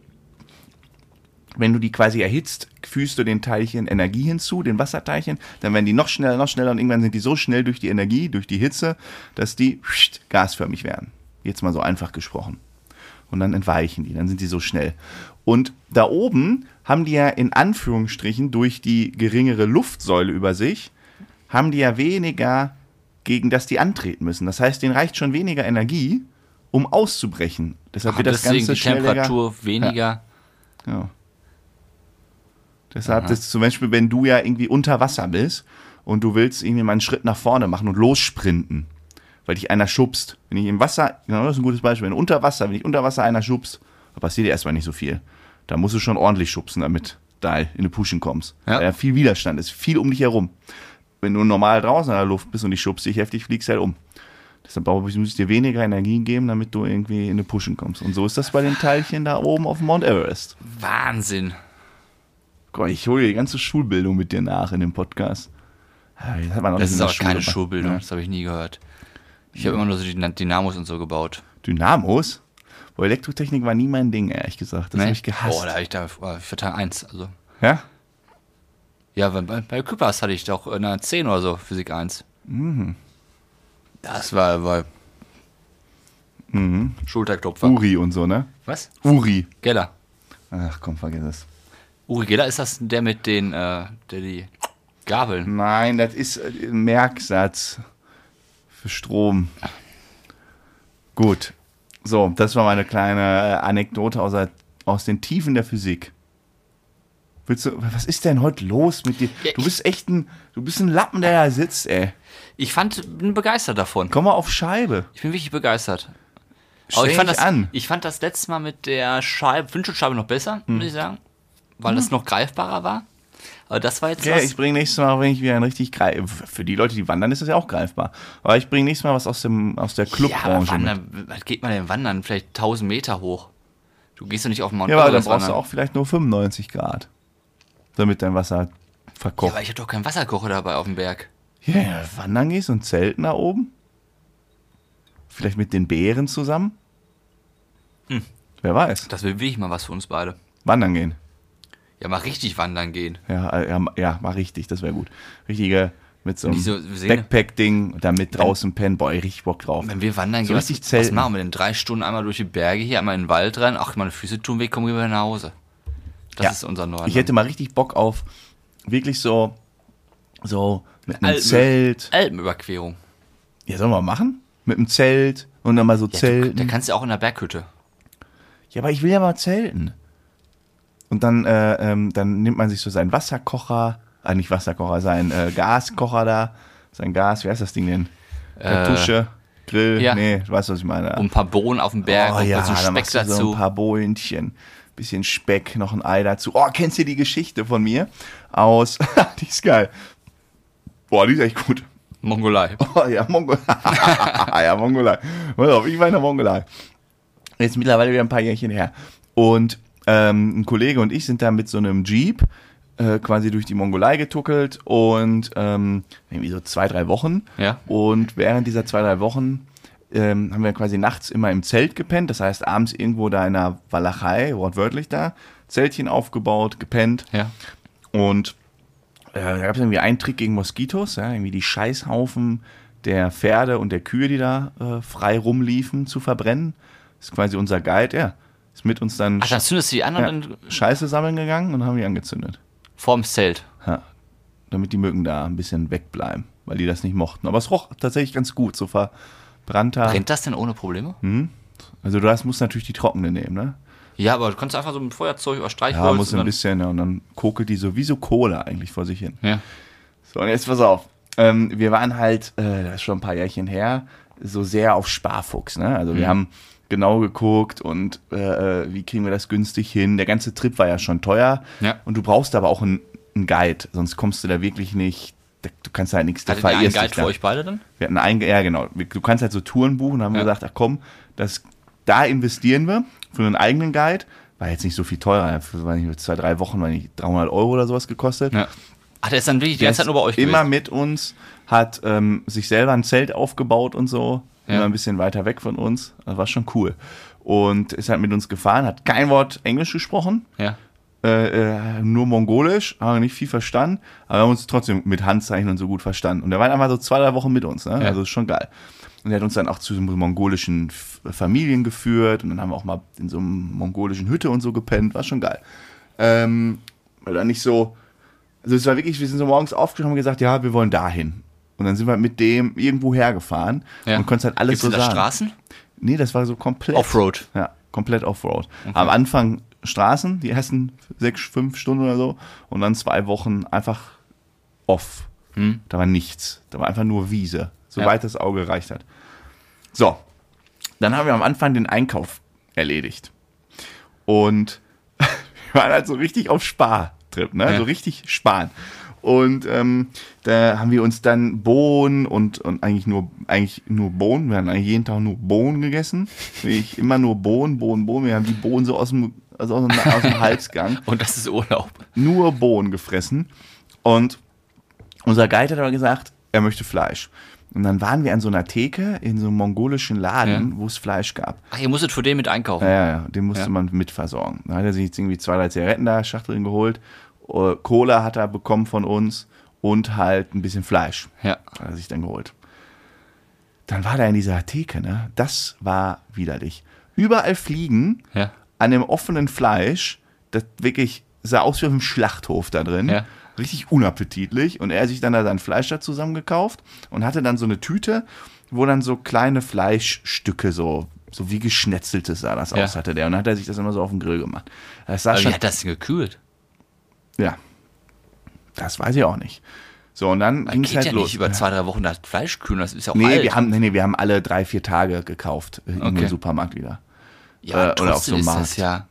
wenn du die quasi erhitzt, fügst du den Teilchen Energie hinzu, den Wasserteilchen. Dann werden die noch schneller, noch schneller und irgendwann sind die so schnell durch die Energie, durch die Hitze, dass die pssst, gasförmig werden. Jetzt mal so einfach gesprochen. und dann entweichen die, dann sind die so schnell. Und da oben haben die ja in Anführungsstrichen durch die geringere Luftsäule über sich, haben die ja weniger, gegen das die antreten müssen. Das heißt, denen reicht schon weniger Energie, um auszubrechen. Deshalb
Ah,
wird das
deswegen
Ganze
die
schneller.
Temperatur weniger.
Ja. Deshalb, dass zum Beispiel, wenn du ja irgendwie unter Wasser bist und du willst irgendwie mal einen Schritt nach vorne machen und lossprinten, weil dich einer schubst. Wenn ich im Wasser, genau das ist ein gutes Beispiel, wenn unter Wasser, wenn ich unter Wasser einer schubst, da passiert ja erstmal nicht so viel. Da musst du schon ordentlich schubsen, damit da in die Puschen kommst.
Ja.
Weil da viel Widerstand ist, viel um dich herum. Wenn du normal draußen in der Luft bist und ich schubst dich heftig, fliegst du halt um. Deshalb brauche ich, muss ich dir weniger Energie geben, damit du irgendwie in die Puschen kommst. Und so ist das bei den Teilchen da oben auf dem Mount Everest.
Wahnsinn.
Guck mal, ich hole dir die ganze Schulbildung mit dir nach in dem Podcast. Ah, Das, hat man auch
Das
nicht in
ist
der
aber
Schule
keine
gemacht.
Schulbildung,
Ja.
das habe ich nie gehört. Ich habe immer nur so die Dynamos und so gebaut.
Dynamos? Boah, Elektrotechnik war nie mein Ding, ehrlich gesagt. Das
Ne?
habe ich gehasst.
Boah, da habe ich da, ich war Teil 1, also.
ja?
Ja, bei, bei- bei Küppers hatte ich doch äh, eine 10 oder so, Physik 1.
Mhm.
Das war, war
Mhm.
Schulterklopfer.
Uri und so, ne?
Was?
Uri.
Geller.
Ach komm, vergiss es.
Uri Geller ist das der mit den, äh, der die Gabeln.
Nein, das ist äh, ein Merksatz für Strom. Gut. So, das war meine kleine äh, Anekdote aus, der, aus den Tiefen der Physik. Willst du, was ist denn heute los mit dir?
Ja,
Du bist echt ein, du bist ein Lappen, der da sitzt, ey.
Ich fand, bin begeistert davon.
Komm mal auf Scheibe.
Ich bin wirklich begeistert.
Stell
ich fand
dich
das,
an.
Ich fand das letzte Mal mit der Scheibe, Windschutzscheibe noch besser,
Mhm.
muss ich sagen. Weil das noch greifbarer war. Aber das war jetzt
Okay,
was.
Mhm. ich bringe nächstes Mal, wenn ich wieder ein richtig greif. Für die Leute, die wandern, ist das ja auch greifbar. Aber ich bringe nächstes Mal was aus, dem, aus der
ja, aber
Clubbranche. mit.
wandern, was geht man denn wandern? Vielleicht 1000 Meter hoch. Du gehst doch nicht auf den Mount
Ja, aber dann
Everest
brauchst du
wandern.
auch vielleicht nur 95 Grad, damit dein Wasser
Ja,
verkocht.
aber ich hab doch keinen Wasserkocher dabei auf dem Berg.
Ja, ja, wandern gehst und zelten da oben? Vielleicht mit den Bären zusammen?
Hm.
Wer weiß.
Das will wirklich mal was für uns beide.
Wandern gehen.
Ja, mal richtig wandern gehen.
Ja, äh, ja, ja mal richtig, das wäre gut. Richtige mit so einem
Nicht so- so-
Backpack-Ding, damit draußen pennen. Boah, ey, richtig Bock drauf.
Wenn wir wandern
So
gehen,
richtig
was, was
zelten.
machen wir denn? Drei Stunden einmal durch die Berge hier, einmal in den Wald rein. Ach, meine Füße tun weh, kommen wir wieder nach Hause. Das
Ja.
ist unser neuer
Ich hätte mal richtig Bock auf wirklich so, so mit einem
Alpen.
Zelt.
Alpenüberquerung.
Ja, sollen wir mal machen? Mit einem Zelt und dann mal so
Ja, du,
zelten.
da kannst du auch in der Berghütte.
Ja, aber ich will ja mal zelten. Und dann, äh, ähm, dann nimmt man sich so seinen Wasserkocher, äh, nicht Wasserkocher, seinen äh, Gaskocher da, sein Gas, wie heißt das Ding denn? Kartusche, Grill,
Äh, ja.
nee, du weißt, was ich meine.
Und ein paar Bohnen auf dem Berg
oh
und
ja,
so
dann
Speck
machst du so
dazu.
ein paar Bohlentchen, bisschen Speck, noch ein Ei dazu. Oh, kennst du die Geschichte von mir aus, die ist geil. Boah, die ist echt gut.
Mongolei.
Oh, ja, Mongolei. ja, Mongolei. Pass auf, ich war in der Mongolei. Jetzt mittlerweile wieder ein paar Jährchen her. Und ähm, ein Kollege und ich sind da mit so einem Jeep äh, quasi durch die Mongolei getuckelt und ähm, irgendwie so zwei, drei Wochen.
Ja.
Und während dieser zwei, drei Wochen ähm, haben wir quasi nachts immer im Zelt gepennt. Das heißt, abends irgendwo da in der Walachei, wortwörtlich da, Zeltchen aufgebaut, gepennt.
Ja.
Und äh, da gab es irgendwie einen Trick gegen Moskitos, ja, irgendwie die Scheißhaufen der Pferde und der Kühe, die da äh, frei rumliefen, zu verbrennen. Das ist quasi unser Guide, ja. Ist mit uns dann
Ach, dann zündest du die an
ja,
und dann
Scheiße sammeln gegangen und haben die angezündet.
vorm Zelt.
Ja. Damit die Mücken da ein bisschen wegbleiben, weil die das nicht mochten. Aber es roch tatsächlich ganz gut, so verbrannter.
Brennt das denn ohne Probleme?
Also du hast, musst natürlich die trockene nehmen, ne?
Ja, aber du kannst einfach so ein Feuerzeug oder Streichholz.
Ja, muss
und
ein
dann-
bisschen, ja, und dann kokelt die so wie so Cola eigentlich vor sich hin.
Ja.
So, und jetzt pass auf. Ähm, wir waren halt, äh, das ist schon ein paar Jährchen her, so sehr auf Sparfuchs. Ne? Also
Mhm.
wir haben genau geguckt und äh, wie kriegen wir das günstig hin. Der ganze Trip war ja schon teuer.
Ja.
Und du brauchst aber auch einen, einen Guide, sonst kommst du da wirklich nicht, da- du kannst halt nichts, da
Hattet ihr einen
verirrst dich
Guide
da.
für euch beide dann?
Wir hatten ein, ja genau, Wir- du kannst halt so Touren buchen, haben wir
Ja.
gesagt, ach komm, das, da investieren wir für einen eigenen Guide. War jetzt nicht so viel teurer, für weiß nicht, zwei, drei Wochen, weil ich 300 Euro oder sowas gekostet.
Ja. Ach, der ist dann wirklich die
Der
ganze Zeit nur bei euch
Immer
gewesen.
mit uns, hat ähm, sich selber ein Zelt aufgebaut und so.
Ja.
Immer ein bisschen weiter weg von uns. Das war schon cool. Und ist halt mit uns gefahren, hat kein Wort Englisch gesprochen,
Ja.
äh, äh, nur Mongolisch, haben wir nicht viel verstanden, aber wir haben uns trotzdem mit Handzeichen und so gut verstanden. Und er war einfach so zwei, drei Wochen mit uns, ne? Also ist schon geil. Und er hat uns dann auch zu so mongolischen F- Familien geführt und dann haben wir auch mal in so einer mongolischen Hütte und so gepennt, war schon geil. Ähm, weil dann nicht so, also es war wirklich, wir sind so morgens aufgestanden und haben gesagt, ja, wir wollen dahin. Und dann sind wir mit dem irgendwo hergefahren
Ja.
und konnten halt alles
Gibt's
so
denn da
sagen.
Straßen?
Nee, das war so komplett.
Offroad.
Ja, komplett Offroad. Am Anfang Straßen, die ersten sechs, fünf Stunden oder so, und dann zwei Wochen einfach off. Da war nichts. Da war einfach nur Wiese,
Hm. Ja.
soweit das Auge gereicht hat. So, dann haben wir am Anfang den Einkauf erledigt. Und wir waren halt so richtig auf Spartrip, ne?
Ja.
So richtig sparen. Und ähm, da haben wir uns dann Bohnen und, und eigentlich nur eigentlich nur Bohnen. Wir haben eigentlich jeden Tag nur Bohnen gegessen. Ich immer nur Bohnen, Bohnen, Bohnen. Wir haben die Bohnen so aus dem, also aus dem, aus dem Hals gegangen
Und das ist Urlaub.
nur Bohnen gefressen. Und unser Guide hat aber gesagt, er möchte Fleisch. Und dann waren wir an so einer Theke in so einem mongolischen Laden, wo es Fleisch gab.
Ach, ihr musstet für den mit einkaufen.
Ja, ja, ja, den musste
Ja.
man mitversorgen. Da hat er sich jetzt irgendwie zwei, drei Zigaretten da, Schachteln geholt. Äh, Cola hat er bekommen von uns und halt ein bisschen Fleisch.
Ja.
Hat er sich dann geholt. Dann war da in dieser Theke, ne? Das war widerlich. Überall Fliegen
Ja.
an dem offenen Fleisch, das wirklich sah aus wie auf dem Schlachthof da drin.
Ja.
Richtig unappetitlich. Und er hat sich dann da sein Fleisch da zusammengekauft und hatte dann so eine Tüte, wo dann so kleine Fleischstücke so, so wie geschnetzeltes sah das
Ja.
aus, hatte der. Und dann hat er sich das immer so auf den Grill gemacht. Das sah
Aber
schon,
wie hat das denn gekühlt?
ja. Das weiß ich auch nicht. So, und dann
Man
ging es
geht
halt
ja
los.
nicht über zwei, drei Wochen das Fleisch kühlen, das ist ja auch
nee,
alt.
wir haben, nee, nee, wir haben alle drei, vier Tage gekauft äh, in
Okay.
den Supermarkt wieder.
ja, aber
äh, oder auf
trotzdem
so einem
ist das
Markt.
ja.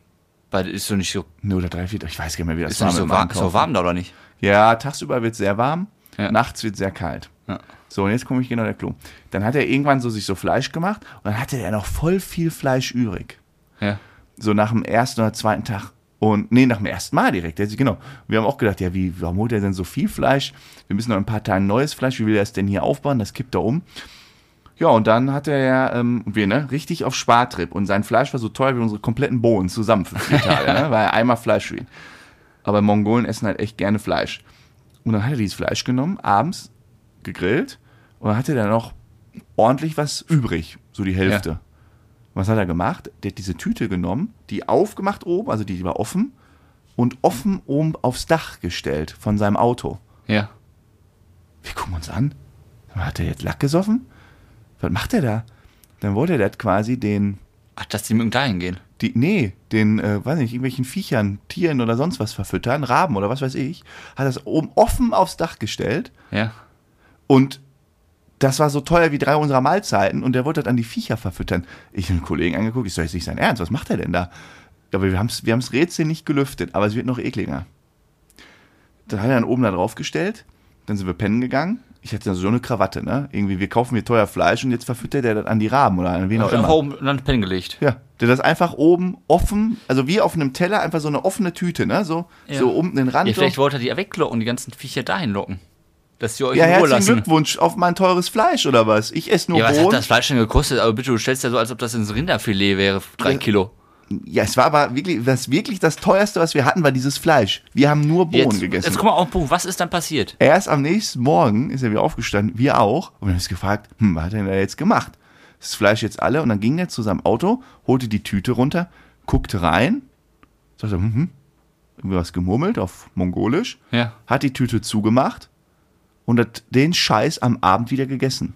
Weil ist so nicht so,
Nur oder drei, vier, ich weiß gar nicht mehr, wie das
ist doch nicht so
mit dem
warm, ist doch
Einkaufen.
warm da oder nicht?
Ja, tagsüber wird sehr warm,
Ja.
nachts wird sehr kalt.
Ja.
So, und jetzt komme ich genau der Clou. Dann hat er irgendwann so sich so Fleisch gemacht und dann hatte er noch voll viel Fleisch übrig.
Ja.
So nach dem ersten oder zweiten Tag. Und nee, nach dem ersten Mal direkt. Der hat sich- genau. Wir haben auch gedacht, ja, wie, warum holt er denn so viel Fleisch? Wir müssen noch in ein paar Tagen neues Fleisch. Wie will er es denn hier aufbauen? Das kippt er um. Ja, und dann hat er ja, ähm, wir, ne, richtig auf Spartrip. Und sein Fleisch war so teuer wie unsere kompletten Bohnen zusammen für vier Tage, ne? War ja einmal Fleisch für ihn. Aber Mongolen essen halt echt gerne Fleisch. Und dann hat er dieses Fleisch genommen, abends gegrillt. Und dann hatte er noch ordentlich was übrig. So die Hälfte. Was hat er gemacht? Der hat diese Tüte genommen, die aufgemacht oben, also die war offen, und offen oben aufs Dach gestellt von seinem Auto.
Ja.
Wir gucken uns an. Hat er jetzt Lack gesoffen? Was macht er da? Dann wollte er das quasi den,
Ach, dass die mit dem Kleinen gehen.
die, nee, den, äh, weiß nicht, irgendwelchen Viechern, Tieren oder sonst was verfüttern, Raben oder was weiß ich, hat das oben offen aufs Dach gestellt
Ja.
und das war so teuer wie drei unserer Mahlzeiten und der wollte das an die Viecher verfüttern. Ich habe einen Kollegen angeguckt, ich so, ist nicht sein Ernst, was macht er denn da? Aber wir haben es wir haben's Rätsel nicht gelüftet, aber es wird noch ekliger. Dann hat er dann oben da drauf gestellt, dann sind wir pennen gegangen. Ich hatte so eine Krawatte, ne? Irgendwie, wir kaufen hier teuer Fleisch und jetzt verfüttert er das an die Raben oder an wen auch
Hab ich
immer.
einfach oben in den Pen gelegt.
Ja, der das einfach oben offen, also wie auf einem Teller, einfach so eine offene Tüte, ne? So,
Ja.
so um den Rand.
Ja, vielleicht
so.
wollte er die ja weglocken, die ganzen Viecher dahin locken. Dass die euch
ja
in Ruhe
herzlichen
lassen.
Glückwunsch auf mein teures Fleisch oder was? Ich esse nur
Ja, was hat
Brot.
das Fleisch denn gekostet? Aber bitte, du stellst ja so, als ob das ein Rinderfilet wäre, drei
Ja.
Kilo.
Ja, es war aber wirklich das, wirklich das teuerste, was wir hatten, war dieses Fleisch. Wir haben nur Bohnen
Jetzt,
gegessen.
jetzt guck mal auf den Punkt, was ist dann passiert?
Erst am nächsten Morgen ist er wieder aufgestanden, wir auch, und wir haben uns gefragt, hm, was hat er denn da jetzt gemacht? Ist das Fleisch jetzt alle? Und dann ging er zu seinem Auto, holte die Tüte runter, guckte rein, sagte, hm, hm, irgendwie was gemurmelt auf Mongolisch,
Ja.
hat die Tüte zugemacht und hat den Scheiß am Abend wieder gegessen.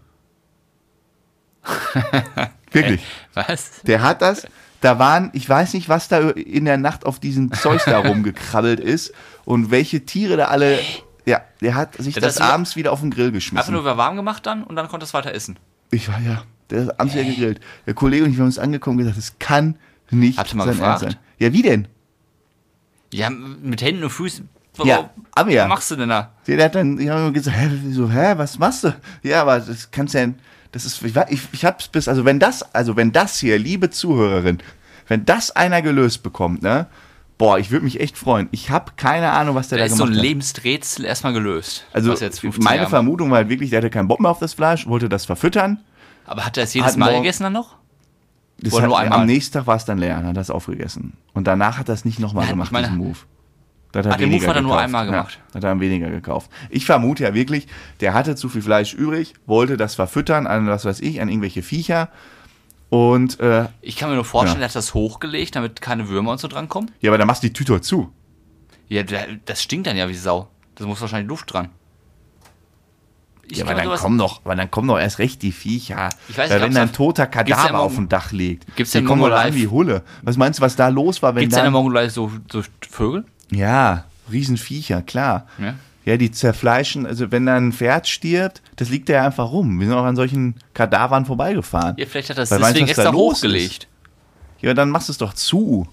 Wirklich.
Was?
Der hat das. Da waren, ich weiß nicht, was da in der Nacht auf diesem Zeug da rumgekrabbelt ist und welche Tiere da alle. Ja, der hat sich
Ja,
das,
das ist-
abends wieder auf den Grill
Einfach
geschmissen.
nur wieder warm gemacht dann und dann konnte es weiter essen.
Ich war ja, der ist abends wieder gegrillt. Der Kollege und ich haben uns angekommen und gesagt, das kann nicht
Habt ihr mal
sein
gefragt?
Ernst sein. Ja, wie denn?
Ja, mit Händen und Füßen.
Ja, aber ja.
Was machst du denn da?
Der hat dann, ich habe gesagt, hä, so, hä, was machst du? Ja, aber das kannst ja, das ist, ich, war- ich, ich hab's bis, also wenn das, also wenn das hier, liebe Zuhörerin, wenn das einer gelöst bekommt, ne, boah, ich würde mich echt freuen. Ich habe keine Ahnung, was der
Da
da,
ist so
gemacht
ein
hat.
Lebensrätsel erstmal gelöst.
Also
was jetzt 15
meine
Jahre-
Vermutung war halt wirklich, der hatte keinen Bock mehr auf das Fleisch, wollte das verfüttern.
Aber hat er das jedes
hat
Mal
morgen-
gegessen dann noch?
Das
Oder
hat,
nur einmal?
Am nächsten Tag war es dann leer, und hat das aufgegessen. Und danach hat er es nicht nochmal
Ja,
gemacht,
ich meine-
diesen Move. Da hat
Ah, den
weniger
Move hat er nur
gekauft.
einmal gemacht.
Ja, da hat er weniger gekauft. Ich vermute ja wirklich, der hatte zu viel Fleisch übrig, wollte das verfüttern an was weiß ich, an irgendwelche Viecher. Und äh,
Ich kann mir nur vorstellen,
Ja.
er hat das hochgelegt, damit keine Würmer und so drankommen.
ja, aber dann machst du die Tüte doch zu.
Ja, da- das stinkt dann ja wie Sau. Das muss wahrscheinlich Luft dran. Ich
Ja, aber
kann mir
dann
sowas-
kommen doch, aber dann kommen doch erst recht die Viecher.
Ich weiß
Weil
nicht,
wenn da ein
gab's da-
toter
gibt's da
Kadaver
immer- um-
auf dem Dach liegt,
gibt's da
die
immer
kommen doch
Mongo
an
Live?
wie Hulle. Was meinst du, was da los war, wenn
Gibt es
da
in der Mongolei so, so Vögel?
Ja, Riesenviecher, klar.
Ja.
Ja, die zerfleischen, also wenn da ein Pferd stirbt, das liegt da ja einfach rum. Wir sind auch an solchen Kadavern vorbeigefahren.
Ja, vielleicht hat das
Weil
deswegen
meinst du, was da
extra
los
hochgelegt.
Ja, dann machst du es doch zu.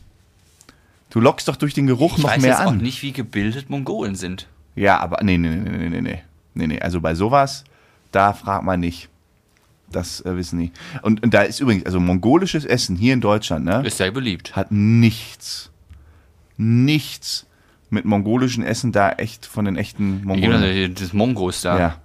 Du lockst doch durch den Geruch
Ich
noch
weiß
mehr
jetzt auch
an.
nicht, wie gebildet Mongolen sind.
Ja, aber nee, nee, nee, nee, nee, nee, nee, nee. Also bei sowas, da fragt man nicht. Das äh, wissen die. Und, und da ist übrigens, also mongolisches Essen hier in Deutschland, ne?
Ist sehr beliebt.
hat nichts, nichts mit mongolischem Essen da echt von den echten
Ich gebe
Mongolen.
das- Das also Mongos da.
Ja.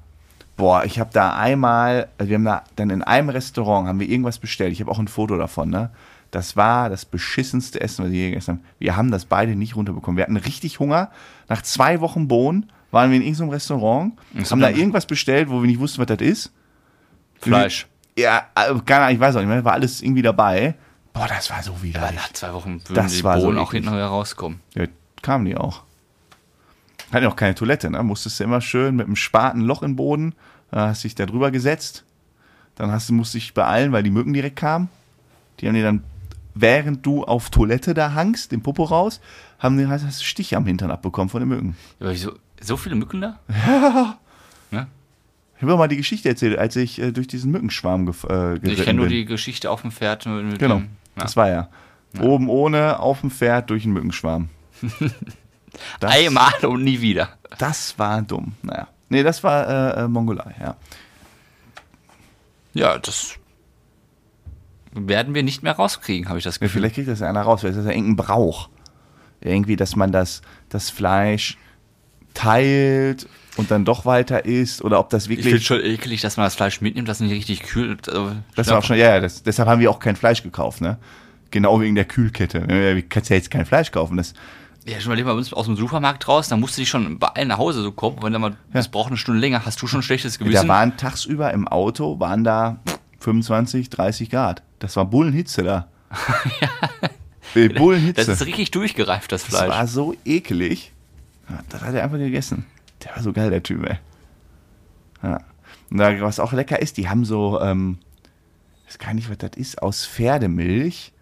Boah, ich habe da einmal, also wir haben da dann in einem Restaurant haben wir irgendwas bestellt. Ich habe auch ein Foto davon, ne? Das war das beschissenste Essen, was wir je gegessen haben. Wir haben das beide nicht runterbekommen. Wir hatten richtig Hunger. Nach zwei Wochen Bohnen waren wir in irgendeinem Restaurant,
Was
haben
hat
da
denn-
irgendwas bestellt, wo wir nicht wussten, was das ist.
Fleisch.
Ja, äh, keine Ahnung, ich weiß auch nicht mehr, war alles irgendwie dabei. Boah, das war so
Aber
widerlich.
nach zwei Wochen würden
Das
die
war so
Bohnen auch
eklig.
hinten wieder rauskommen.
Ja, kamen die auch. Hatten ja auch keine Toilette, ne? Musstest du immer schön mit einem Spaten ein Loch im Boden, äh, hast dich da drüber gesetzt. Dann hast du, musst dich beeilen, weil die Mücken direkt kamen. Die haben dir dann, während du auf Toilette da hangst, den Popo raus, haben die, hast, hast du Stiche am Hintern abbekommen von den Mücken.
Aber so, so viele Mücken da? Ne?
Ich habe mal die Geschichte erzählt, als ich äh, durch diesen Mückenschwarm gef- äh, geritten
Ich kenne nur
bin.
die Geschichte auf dem Pferd. Mit, mit
Genau,
dem- ja.
das war ja. Oben ohne, auf dem Pferd, durch den Mückenschwarm. Das-
Einmal und nie wieder.
Das war dumm. Naja. Nee, das war äh, äh, Mongolei, ja.
Ja, das werden wir nicht mehr rauskriegen, habe ich das
ja
Gefühl.
vielleicht kriegt das ja einer raus, vielleicht ist das ja irgendein Brauch. Irgendwie, dass man das, das Fleisch teilt und dann doch weiter isst oder ob das
ich finde
wirklich.
schon eklig, dass man das Fleisch mitnimmt, das nicht richtig kühlt. Also,
das war auch schon, ja, ja, das, deshalb haben wir auch kein Fleisch gekauft, ne? Genau wegen der Kühlkette. Du kannst ja jetzt kein Fleisch kaufen. Das,
Ja, schon mal lieber aus dem Supermarkt raus, dann musst du dich schon bei allen nach Hause so kommen. Wenn du mal, das braucht eine Stunde länger, hast du schon ein schlechtes
da
Gewissen.
waren tagsüber im Auto, waren da 25, 30 Grad. Das war Bullenhitze da. ja. Bullenhitze.
das ist richtig durchgereift, das
Das
Fleisch.
war so eklig. Ja, Das hat er einfach gegessen. Der war so geil, der Typ, ey. Ja. Und da, was auch lecker ist, die haben so, ähm, ich weiß gar nicht, was das ist, aus Pferdemilch,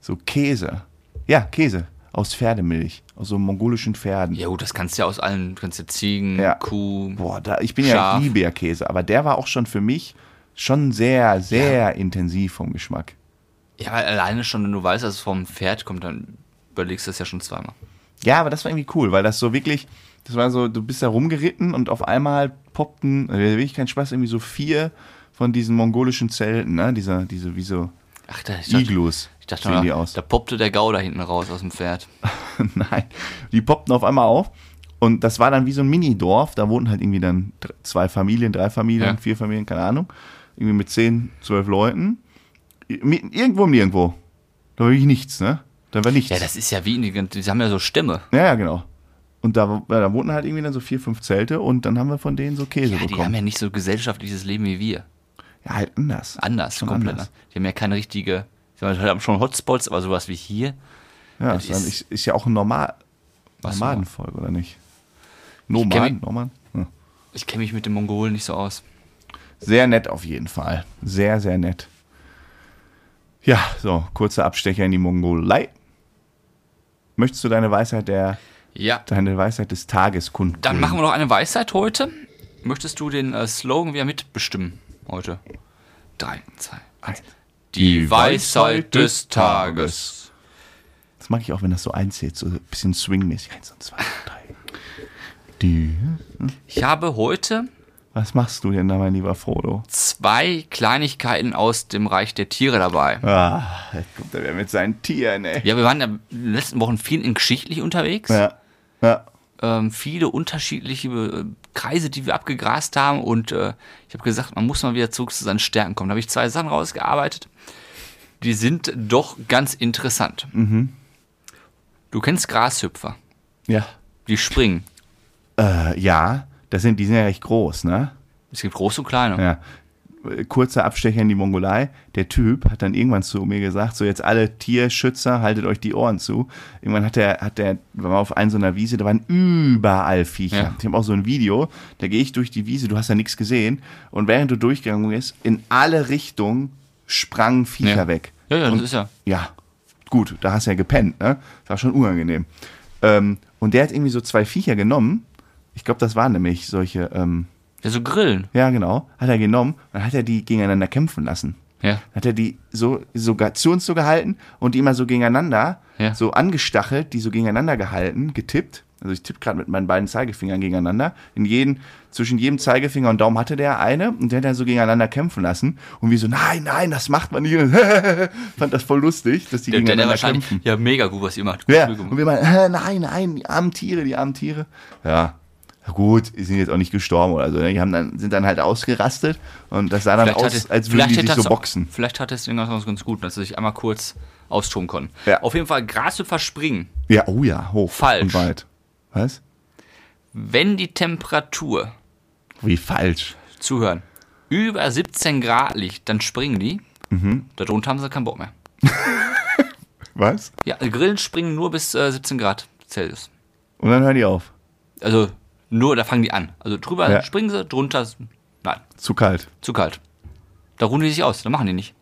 so Käse. Ja, Käse aus Pferdemilch, aus so mongolischen Pferden.
ja gut, das kannst du ja aus allen, du kannst ja Ziegen,
Ja.
Kuh.
Boah, da, ich bin ja,
Scharf.
ich liebe ja Käse, aber der war auch schon für mich schon sehr, sehr intensiv vom Geschmack.
Ja, weil alleine schon, wenn du weißt, dass es vom Pferd kommt, dann überlegst du es ja schon zweimal.
Ja, aber das war irgendwie cool, weil das so wirklich, das war so, du bist da rumgeritten und auf einmal poppten, also wirklich kein Spaß, irgendwie so vier von diesen mongolischen Zelten, ne? Diese, diese, wie so
Ach, da, ich dachte,
Iglus
ich dachte
sehen die
mal,
aus.
da poppte der Gau da hinten raus aus dem Pferd.
Nein, die poppten auf einmal auf und das war dann wie so ein Mini-Dorf, da wohnten halt irgendwie dann dr- zwei Familien, drei Familien,
Ja.
vier Familien, keine Ahnung, irgendwie mit zehn, zwölf Leuten, I- mi- irgendwo im Nirgendwo, da war wirklich nichts, ne? Da war nichts.
Ja, das ist ja wie, in die, die haben ja so Stämme.
Ja, ja, genau. Und da, ja, da wohnten halt irgendwie dann so vier, fünf Zelte und dann haben wir von denen so Käse
Ja, die haben
bekommen.
ja nicht so gesellschaftliches Leben wie wir.
Ja, halt anders.
Anders,
Schon
komplett.
anders.
Anders. Die haben ja keine richtige, die haben halt schon Hotspots, aber sowas wie hier.
Ja,
ne? Das
ist, dann-
ist-
ist, ist ja auch ein Normal
Was
Nomadenvolk, oder nicht?
kenn
Nomaden,
mich-
Nomaden. Ja.
Ich kenne mich mit den Mongolen nicht so aus.
Sehr nett auf jeden Fall. Sehr, sehr nett. Ja, so, kurzer Abstecher in die Mongolei. Möchtest du deine Weisheit der,
Ja,
deine Weisheit des Tages kundtun?
dann machen wir noch eine Weisheit heute. Möchtest du den äh, Slogan wieder mitbestimmen heute? Drei, zwei.
wir.
Die Weisheit des Tages.
Das mag ich auch, wenn das so einzählt, so ein bisschen swingmäßig. Eins und zwei und drei. Die.
Ich habe heute
Was machst du denn da, mein lieber Frodo?
zwei Kleinigkeiten aus dem Reich der Tiere dabei.
Ah, jetzt kommt er wieder mit seinen Tieren, ey.
Ja, wir waren ja in den letzten Wochen viel in geschichtlich unterwegs.
Ja. ja.
ähm, viele unterschiedliche äh, Kreise, die wir abgegrast haben. Und äh, ich habe gesagt, man muss mal wieder zurück zu seinen Stärken kommen. Da habe ich zwei Sachen rausgearbeitet. Die sind doch ganz interessant.
Mhm.
Du kennst Grashüpfer.
Ja.
Die springen.
Äh, ja, das sind, die sind ja recht groß, ne?
Es gibt große und kleine.
Ja. Kurzer Abstecher in die Mongolei. Der Typ hat dann irgendwann zu mir gesagt: So, jetzt alle Tierschützer, haltet euch die Ohren zu. Irgendwann hat der, hat der, war mal auf einer so einer Wiese, da waren überall Viecher.
Ja.
Ich habe auch so ein Video, da gehe ich durch die Wiese, du hast ja nichts gesehen. Und während du durchgegangen bist, in alle Richtungen sprangen Viecher
Ja.
weg.
Ja, ja, das
Und-
ist ja.
ja, gut, da hast du ja gepennt, ne? Das war schon unangenehm. Ähm, und der hat irgendwie so zwei Viecher genommen. Ich glaube, das waren nämlich solche, ähm,
Ja, so Grillen.
ja, genau. Hat er genommen und hat er die gegeneinander kämpfen lassen.
Ja.
Hat er die so, so ga- zu uns so gehalten und die immer so gegeneinander,
Ja.
so angestachelt, die so gegeneinander gehalten, getippt. Also ich tippe gerade mit meinen beiden Zeigefingern gegeneinander. In jeden, zwischen jedem Zeigefinger und Daumen hatte der eine und der hat dann so gegeneinander kämpfen lassen. Und wir so, nein, nein, das macht man nicht. Fand das voll lustig, dass die
Der, der, der
gegeneinander
wahrscheinlich.
kämpfen.
Ja, mega gut, was ihr macht.
Ja,
Cool gemacht.
und wir meinen, äh, nein, nein, die armen Tiere, die armen Tiere. Ja, Gut, die sind jetzt auch nicht gestorben oder so. ne? Die haben dann, sind dann halt ausgerastet und das sah dann
Vielleicht
aus,
hat es-
als würden
vielleicht
die
hätte
sich so
das auch-
boxen.
Vielleicht hat es irgendwas ganz gut, dass sie sich einmal kurz austoben konnten.
Ja.
Auf jeden Fall Grashüpfer springen.
Ja, oh ja, hoch
Falsch.
und weit. Was?
Wenn die Temperatur,
Wie falsch.
zuhören, über 17 Grad liegt, dann springen die.
Mhm.
Darunter haben sie keinen Bock mehr.
Was?
Ja, Grillen springen nur bis äh, 17 Grad Celsius.
Und dann hören die auf.
Also nur, da fangen die an. Also drüber
Ja.
springen sie, drunter, nein,
Zu kalt.
zu kalt. Da ruhen die sich aus, da machen die nicht.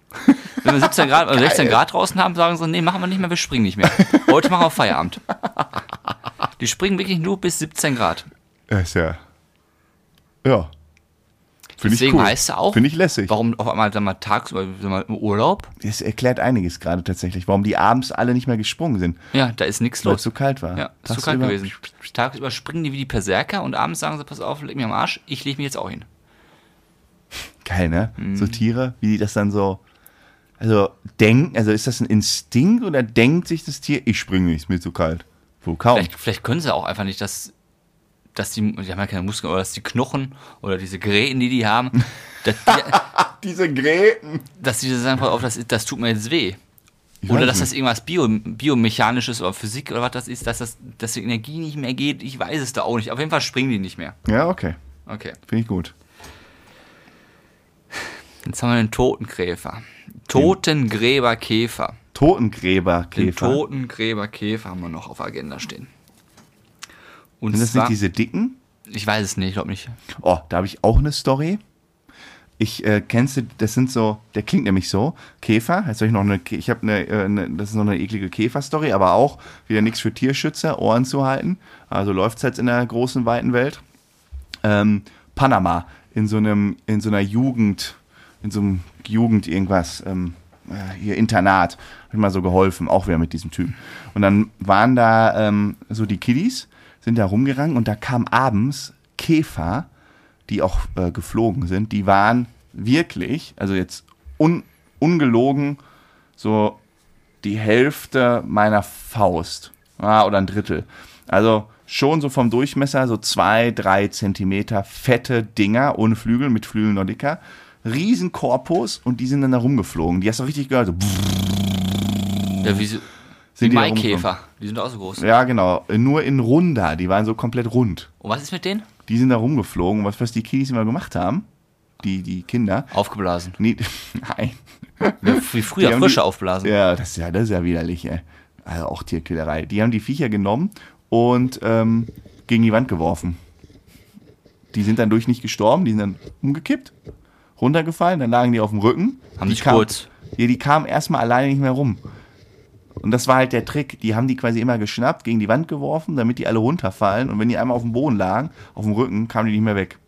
Wenn wir 17 Grad, also 16 Grad draußen haben, sagen sie, nee, machen wir nicht mehr, wir springen nicht mehr. Heute machen wir Feierabend. Die springen wirklich nur bis 17 Grad.
Ja, Ist ja. Ja. Finde
Deswegen heißt er auch-
Finde ich lässig.
Warum auf einmal, sagen wir, tagsüber, sagen wir, im Urlaub?
Das erklärt einiges gerade tatsächlich, warum die abends alle nicht mehr gesprungen sind,
Ja, da ist nichts
weil
los.
es zu kalt war.
Ja, ist zu
Tagsüber-
kalt gewesen. Tagsüber springen die wie die Berserker und abends sagen sie, pass auf, leg mich am Arsch, ich lege mich jetzt auch hin.
Geil, ne?
Mhm.
So Tiere, wie die das dann so. Also denken, also ist das ein Instinkt oder denkt sich das Tier, ich springe nicht, ist mir zu kalt. Wo kaum.
Vielleicht, vielleicht können sie auch einfach nicht, dass, dass die, die haben ja keine Muskeln, oder dass die Knochen oder diese Gräten, die die haben, dass die,
Diese Gräten.
dass die sagen, pass auf, das, das tut mir jetzt weh.
Ich
Oder
weiß
dass das
nicht.
irgendwas Bio, biomechanisches oder Physik oder was das ist, dass, das, dass die Energie nicht mehr geht. Ich weiß es da auch nicht. Auf jeden Fall springen die nicht mehr.
Ja, okay.
Okay.
Finde ich gut.
Jetzt haben wir den Totengräber. Totengräberkäfer. Den
Totengräberkäfer.
Totengräberkäfer haben wir noch auf der Agenda stehen. Und
Sind das
zwar,
nicht diese dicken?
ich weiß es nicht, ich glaube nicht.
Oh, da habe ich auch eine Story. Ich äh, kennst du, das sind so, der klingt nämlich so, Käfer, jetzt habe ich noch eine, Kä- ich habe eine, äh, eine, das ist noch eine eklige Käfer-Story, aber auch wieder nichts für Tierschützer, Ohren zu halten. Also läuft's jetzt in der großen, weiten Welt. Ähm, Panama, in so einem, in so einer Jugend, in so einem Jugend irgendwas, ähm, äh, hier Internat, hab ich mal so geholfen, auch wieder mit diesem Typen. Und dann waren da ähm, so die Kiddies, sind da rumgerannt und da kam abends Käfer, die auch äh, geflogen sind, die waren wirklich, also jetzt un, ungelogen, so die Hälfte meiner Faust. Ah, oder ein Drittel. Also schon so vom Durchmesser, so zwei, drei Zentimeter fette Dinger ohne Flügel, mit Flügeln noch dicker. Riesen Korpus und die sind dann da rumgeflogen. Die hast du richtig gehört. So, pff,
Ja, wie, so- die
Oh. sind da
Maikäfer, die sind auch so groß.
rumgeflogen. Ja, genau. Nur in runder. Die waren so komplett rund.
Und was ist mit denen?
Die sind da rumgeflogen. Was, was die Kiddies immer gemacht haben, die, die Kinder.
Aufgeblasen.
Nee, nein.
Wie
Die
früher
haben
Frische
die-
aufblasen.
Ja, das ist ja, das ist ja widerlich, ey. Also auch Tierquälerei. Die haben die Viecher genommen und ähm, gegen die Wand geworfen. Die sind dann durch nicht gestorben, die sind dann umgekippt, runtergefallen, dann lagen die auf dem Rücken.
Haben
die
sich
kam-
kurz-
Ja, die kamen erstmal alleine nicht mehr rum. Und das war halt der Trick. Die haben die quasi immer geschnappt, gegen die Wand geworfen, damit die alle runterfallen. Und wenn die einmal auf dem Boden lagen, auf dem Rücken, kamen die nicht mehr weg.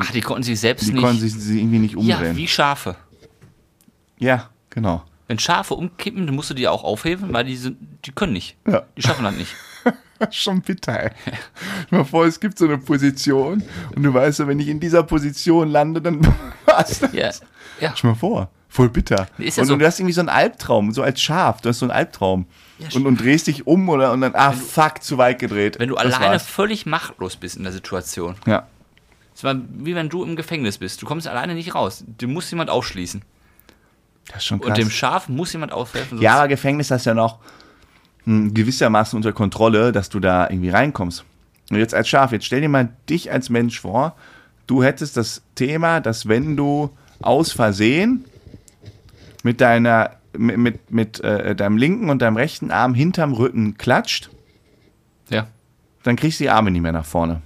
Ach, die konnten sich selbst
Die
nicht.
konnten sich sich irgendwie nicht
ja,
umdrehen.
wie Schafe.
ja genau.
Wenn Schafe umkippen, dann musst du die auch aufheben, weil die sind, die können nicht.
Ja.
Die schaffen das nicht.
Schon bitter, ey. Mal vor, es gibt so eine Position und du weißt ja, wenn ich in dieser Position lande, dann war's das.
Ja. ja.
Stell mal vor, voll bitter.
Ist ja
und
so.
du hast irgendwie so einen Albtraum, so als Schaf, du hast so einen Albtraum.
Ja,
und, und drehst dich um oder und dann, ah, fuck, zu weit gedreht.
Wenn du
Das
alleine
war's.
völlig machtlos bist in der Situation.
Ja.
Es war wie wenn du im Gefängnis bist. Du kommst alleine nicht raus. Du musst jemand aufschließen.
Das ist schon krass.
Und dem Schaf muss jemand aufhelfen.
ja, aber Gefängnis hast du ja noch hm, gewissermaßen unter Kontrolle, dass du da irgendwie reinkommst. Und jetzt als Schaf, jetzt stell dir mal dich als Mensch vor, du hättest das Thema, dass wenn du aus Versehen mit deiner mit, mit, mit äh, deinem linken und deinem rechten Arm hinterm Rücken klatscht,
ja.
dann kriegst du die Arme nicht mehr nach vorne.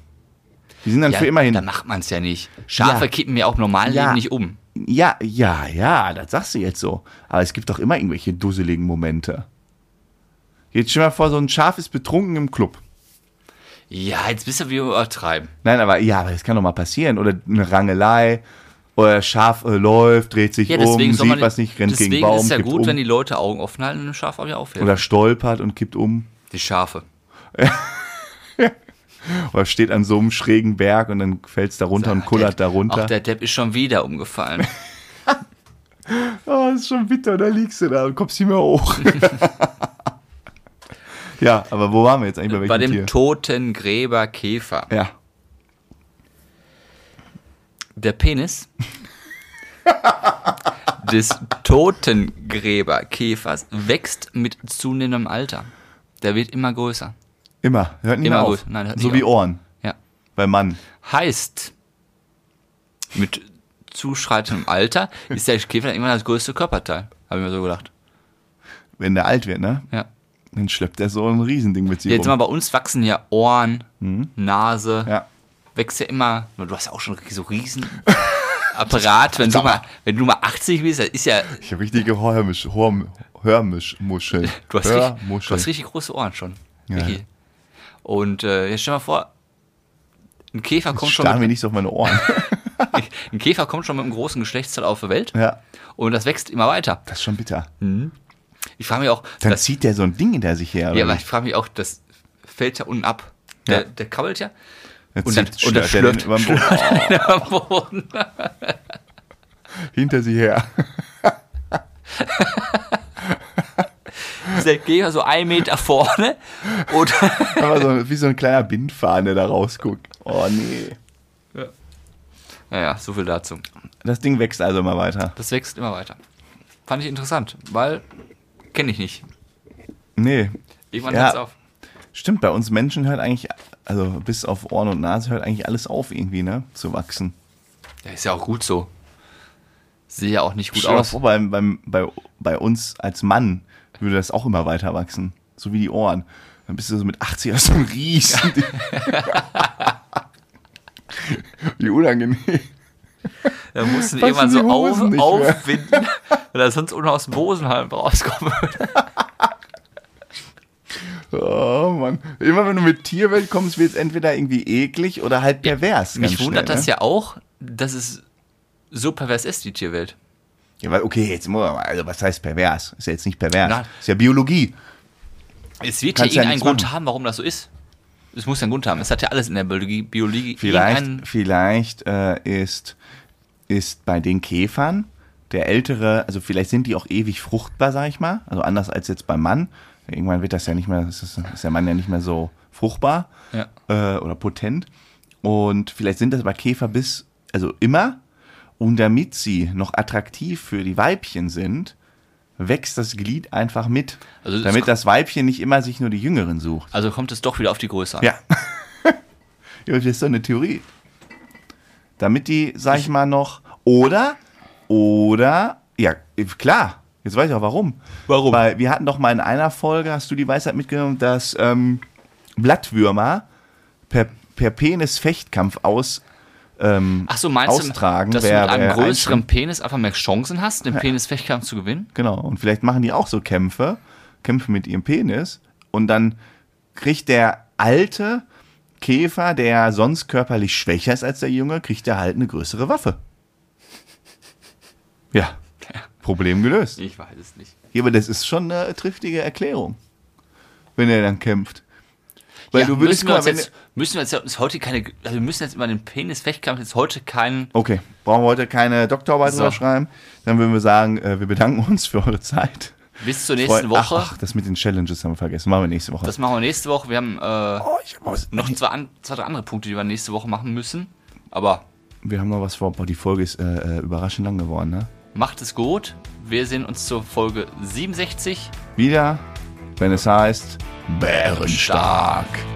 Die sind dann
ja
für immer
Da
hin.
macht man es ja nicht. Schafe
Ja.
kippen ja auch im normalen
Ja.
Leben nicht um.
Ja, ja, ja, das sagst du jetzt so. Aber es gibt doch immer irgendwelche dusseligen Momente. Jetzt stell dir mal vor, so ein Schaf ist betrunken im Club.
Ja, jetzt bist du wie übertreiben.
Nein, aber ja, aber das kann doch mal passieren. Oder eine Rangelei. Oder Schaf äh, läuft, dreht sich
Ja,
um,
deswegen
sieht
soll man,
was nicht, rennt
deswegen
gegen einen Baum,
ist ja
kippt
gut,
um.
wenn die Leute Augen offen halten und dem Schaf auch wieder aufhelfen.
oder stolpert und kippt um.
die Schafe.
Oder steht an so einem schrägen Berg und dann fällt es da runter und
Ah,
kullert da
der-
runter.
Ach, der Depp ist schon wieder umgefallen.
Oh, ist schon bitter, da liegst du da und kommst nicht mehr hoch. ja, aber wo waren wir jetzt eigentlich bei welchem
Bei dem
Tier?
toten Gräberkäfer.
ja,
der Penis des Totengräberkäfers wächst mit zunehmendem Alter. Der wird immer größer.
Immer. Hört nicht
Immer
mehr
gut.
auf.
Nein, hört
so
nicht
wie
auf.
Ohren.
Ja.
Bei Mann.
Heißt, mit zuschreitendem Alter ist der Käfer dann immer das größte Körperteil. Habe ich mir so gedacht.
Wenn der alt wird, ne?
Ja.
Dann schleppt er so ein Riesending mit sich
Jetzt mal
rum.
bei uns wachsen ja Ohren, Nase,
Mhm. Ja.
wächst ja immer. Du hast ja auch schon so riesen Apparat. Wenn du, mal, wenn du mal 80 bist, das ist ja.
Ich habe richtige Hörmisch, Hör, Hörmischmuscheln.
Du hast, richtig, du
Hörmuscheln.
hast richtig große Ohren schon.
Ja,
Vicky.
ja.
Und äh, jetzt stell mal vor, ein Käfer kommt schon.
Starren wir
Mit,
nicht so auf meine Ohren.
ein Käfer kommt schon mit einem großen Geschlechtsteil auf die Welt
ja.
und das wächst immer weiter.
Das ist schon bitter.
Ich frage mich auch,
Dann
das,
zieht der so ein Ding hinter sich her.
ja,
oder
aber
wie?
ich frage mich auch, das fällt ja unten ab. Der,
Ja.
der kabbelt ja.
Dann
Und dann,
zieht-
und dann
schlört der den über den
schlürft, schlürft er am Boden.
Boden hinter sich her.
Der Käfer so einen Meter vorne und
Aber so, wie so ein kleiner Bindfaden, der da rausguckt. Oh nee.
Naja, so viel dazu.
Das Ding wächst also mal weiter.
Das wächst immer weiter. Fand ich interessant, weil kenne ich nicht.
Nee.
Irgendwann
Ja.
hört's auf.
Stimmt, bei uns Menschen hört eigentlich, also bis auf Ohren und Nase hört eigentlich alles auf irgendwie, ne? Zu wachsen.
Ja, ist ja auch gut so. Sehe ja auch nicht gut
Stell dir mal
aus.
vor, beim, beim, bei, bei uns als Mann würde das auch immer weiter wachsen. So wie die Ohren. Dann bist du so mit 80 hast du ein riesen Ding. Wie unangenehm.
Da mussten
Passen
irgendwann
die
so auf,
Hosen nicht mehr.
aufwinden, weil er sonst unten aus dem Bosenhalm rauskommen würde.
Oh Mann. Immer wenn du mit Tierwelt kommst, wird es entweder irgendwie eklig oder halt pervers. ganz
Mich wundert
schnell,
das
ne?
ja auch, dass es so pervers ist, die Tierwelt.
ja. weil, okay, jetzt muss man mal, also was heißt pervers? Ist ja jetzt nicht pervers.
Nein.
Ist ja Biologie.
Es wird
Kannst
ja
ja
irgendeinen
nichts
Grund
machen.
haben, warum das so ist. Es muss ja einen Grund haben. Es hat ja alles in der Biologie, Biologie irgendeinen-
Vielleicht, vielleicht äh, ist, ist bei den Käfern der ältere, also vielleicht sind die auch ewig fruchtbar, sag ich mal. Also anders als jetzt beim Mann. Irgendwann wird das ja nicht mehr, ist, das, ist der Mann ja nicht mehr so fruchtbar
Ja.
äh, oder potent. Und vielleicht sind das bei Käfer bis, also immer. Und damit sie noch attraktiv für die Weibchen sind, wächst das Glied einfach mit.
Also das-
damit das Weibchen nicht immer sich nur die Jüngeren sucht.
Also kommt es doch wieder auf die Größe an.
Ja. ja, aber das ist doch eine Theorie. Damit die, sag ich mal, noch. Oder, oder, ja, klar, jetzt weiß ich auch warum.
Warum?
Weil wir hatten doch mal in einer Folge, hast du die Weisheit mitgenommen, dass ähm, Blattwürmer per, per Penis-Fechtkampf aus. Ähm,
Ach so, meinst
Austragen,
du, dass
wer-
du mit einem
wer
größeren
einschränkt.
Penis einfach mehr Chancen hast, den Penisfechtkampf zu gewinnen?
Genau, und vielleicht machen die auch so Kämpfe, Kämpfe mit ihrem Penis und dann kriegt der alte Käfer, der sonst körperlich schwächer ist als der Junge, kriegt er halt eine größere Waffe. Ja, Problem gelöst.
Ich weiß es nicht.
Ja, aber das ist schon eine triftige Erklärung, wenn er dann kämpft. Weil
ja,
du würdest
müssen
guck
wir uns
mal, wenn
jetzt, müssen wir jetzt ja uns heute keine, also wir müssen jetzt über den Penisfechtkampf jetzt heute keinen,
Okay, brauchen wir heute keine Doktorarbeit
So.
drüber schreiben. Dann würden wir sagen, äh, wir bedanken uns für eure Zeit.
bis zur nächsten
Freu- ach,
Woche.
Ach, das mit den Challenges haben wir vergessen. Machen wir nächste Woche.
Das machen wir nächste Woche. Wir haben äh,
oh, ich hab was-
noch zwei, an, zwei, drei andere Punkte, die wir nächste Woche machen müssen. Aber
Wir haben noch was vor. Boah, die Folge ist äh, äh, überraschend lang geworden, ne?
macht es gut. Wir sehen uns zur Folge 67.
Wieder, wenn es heißt Bärenstark.
Stark.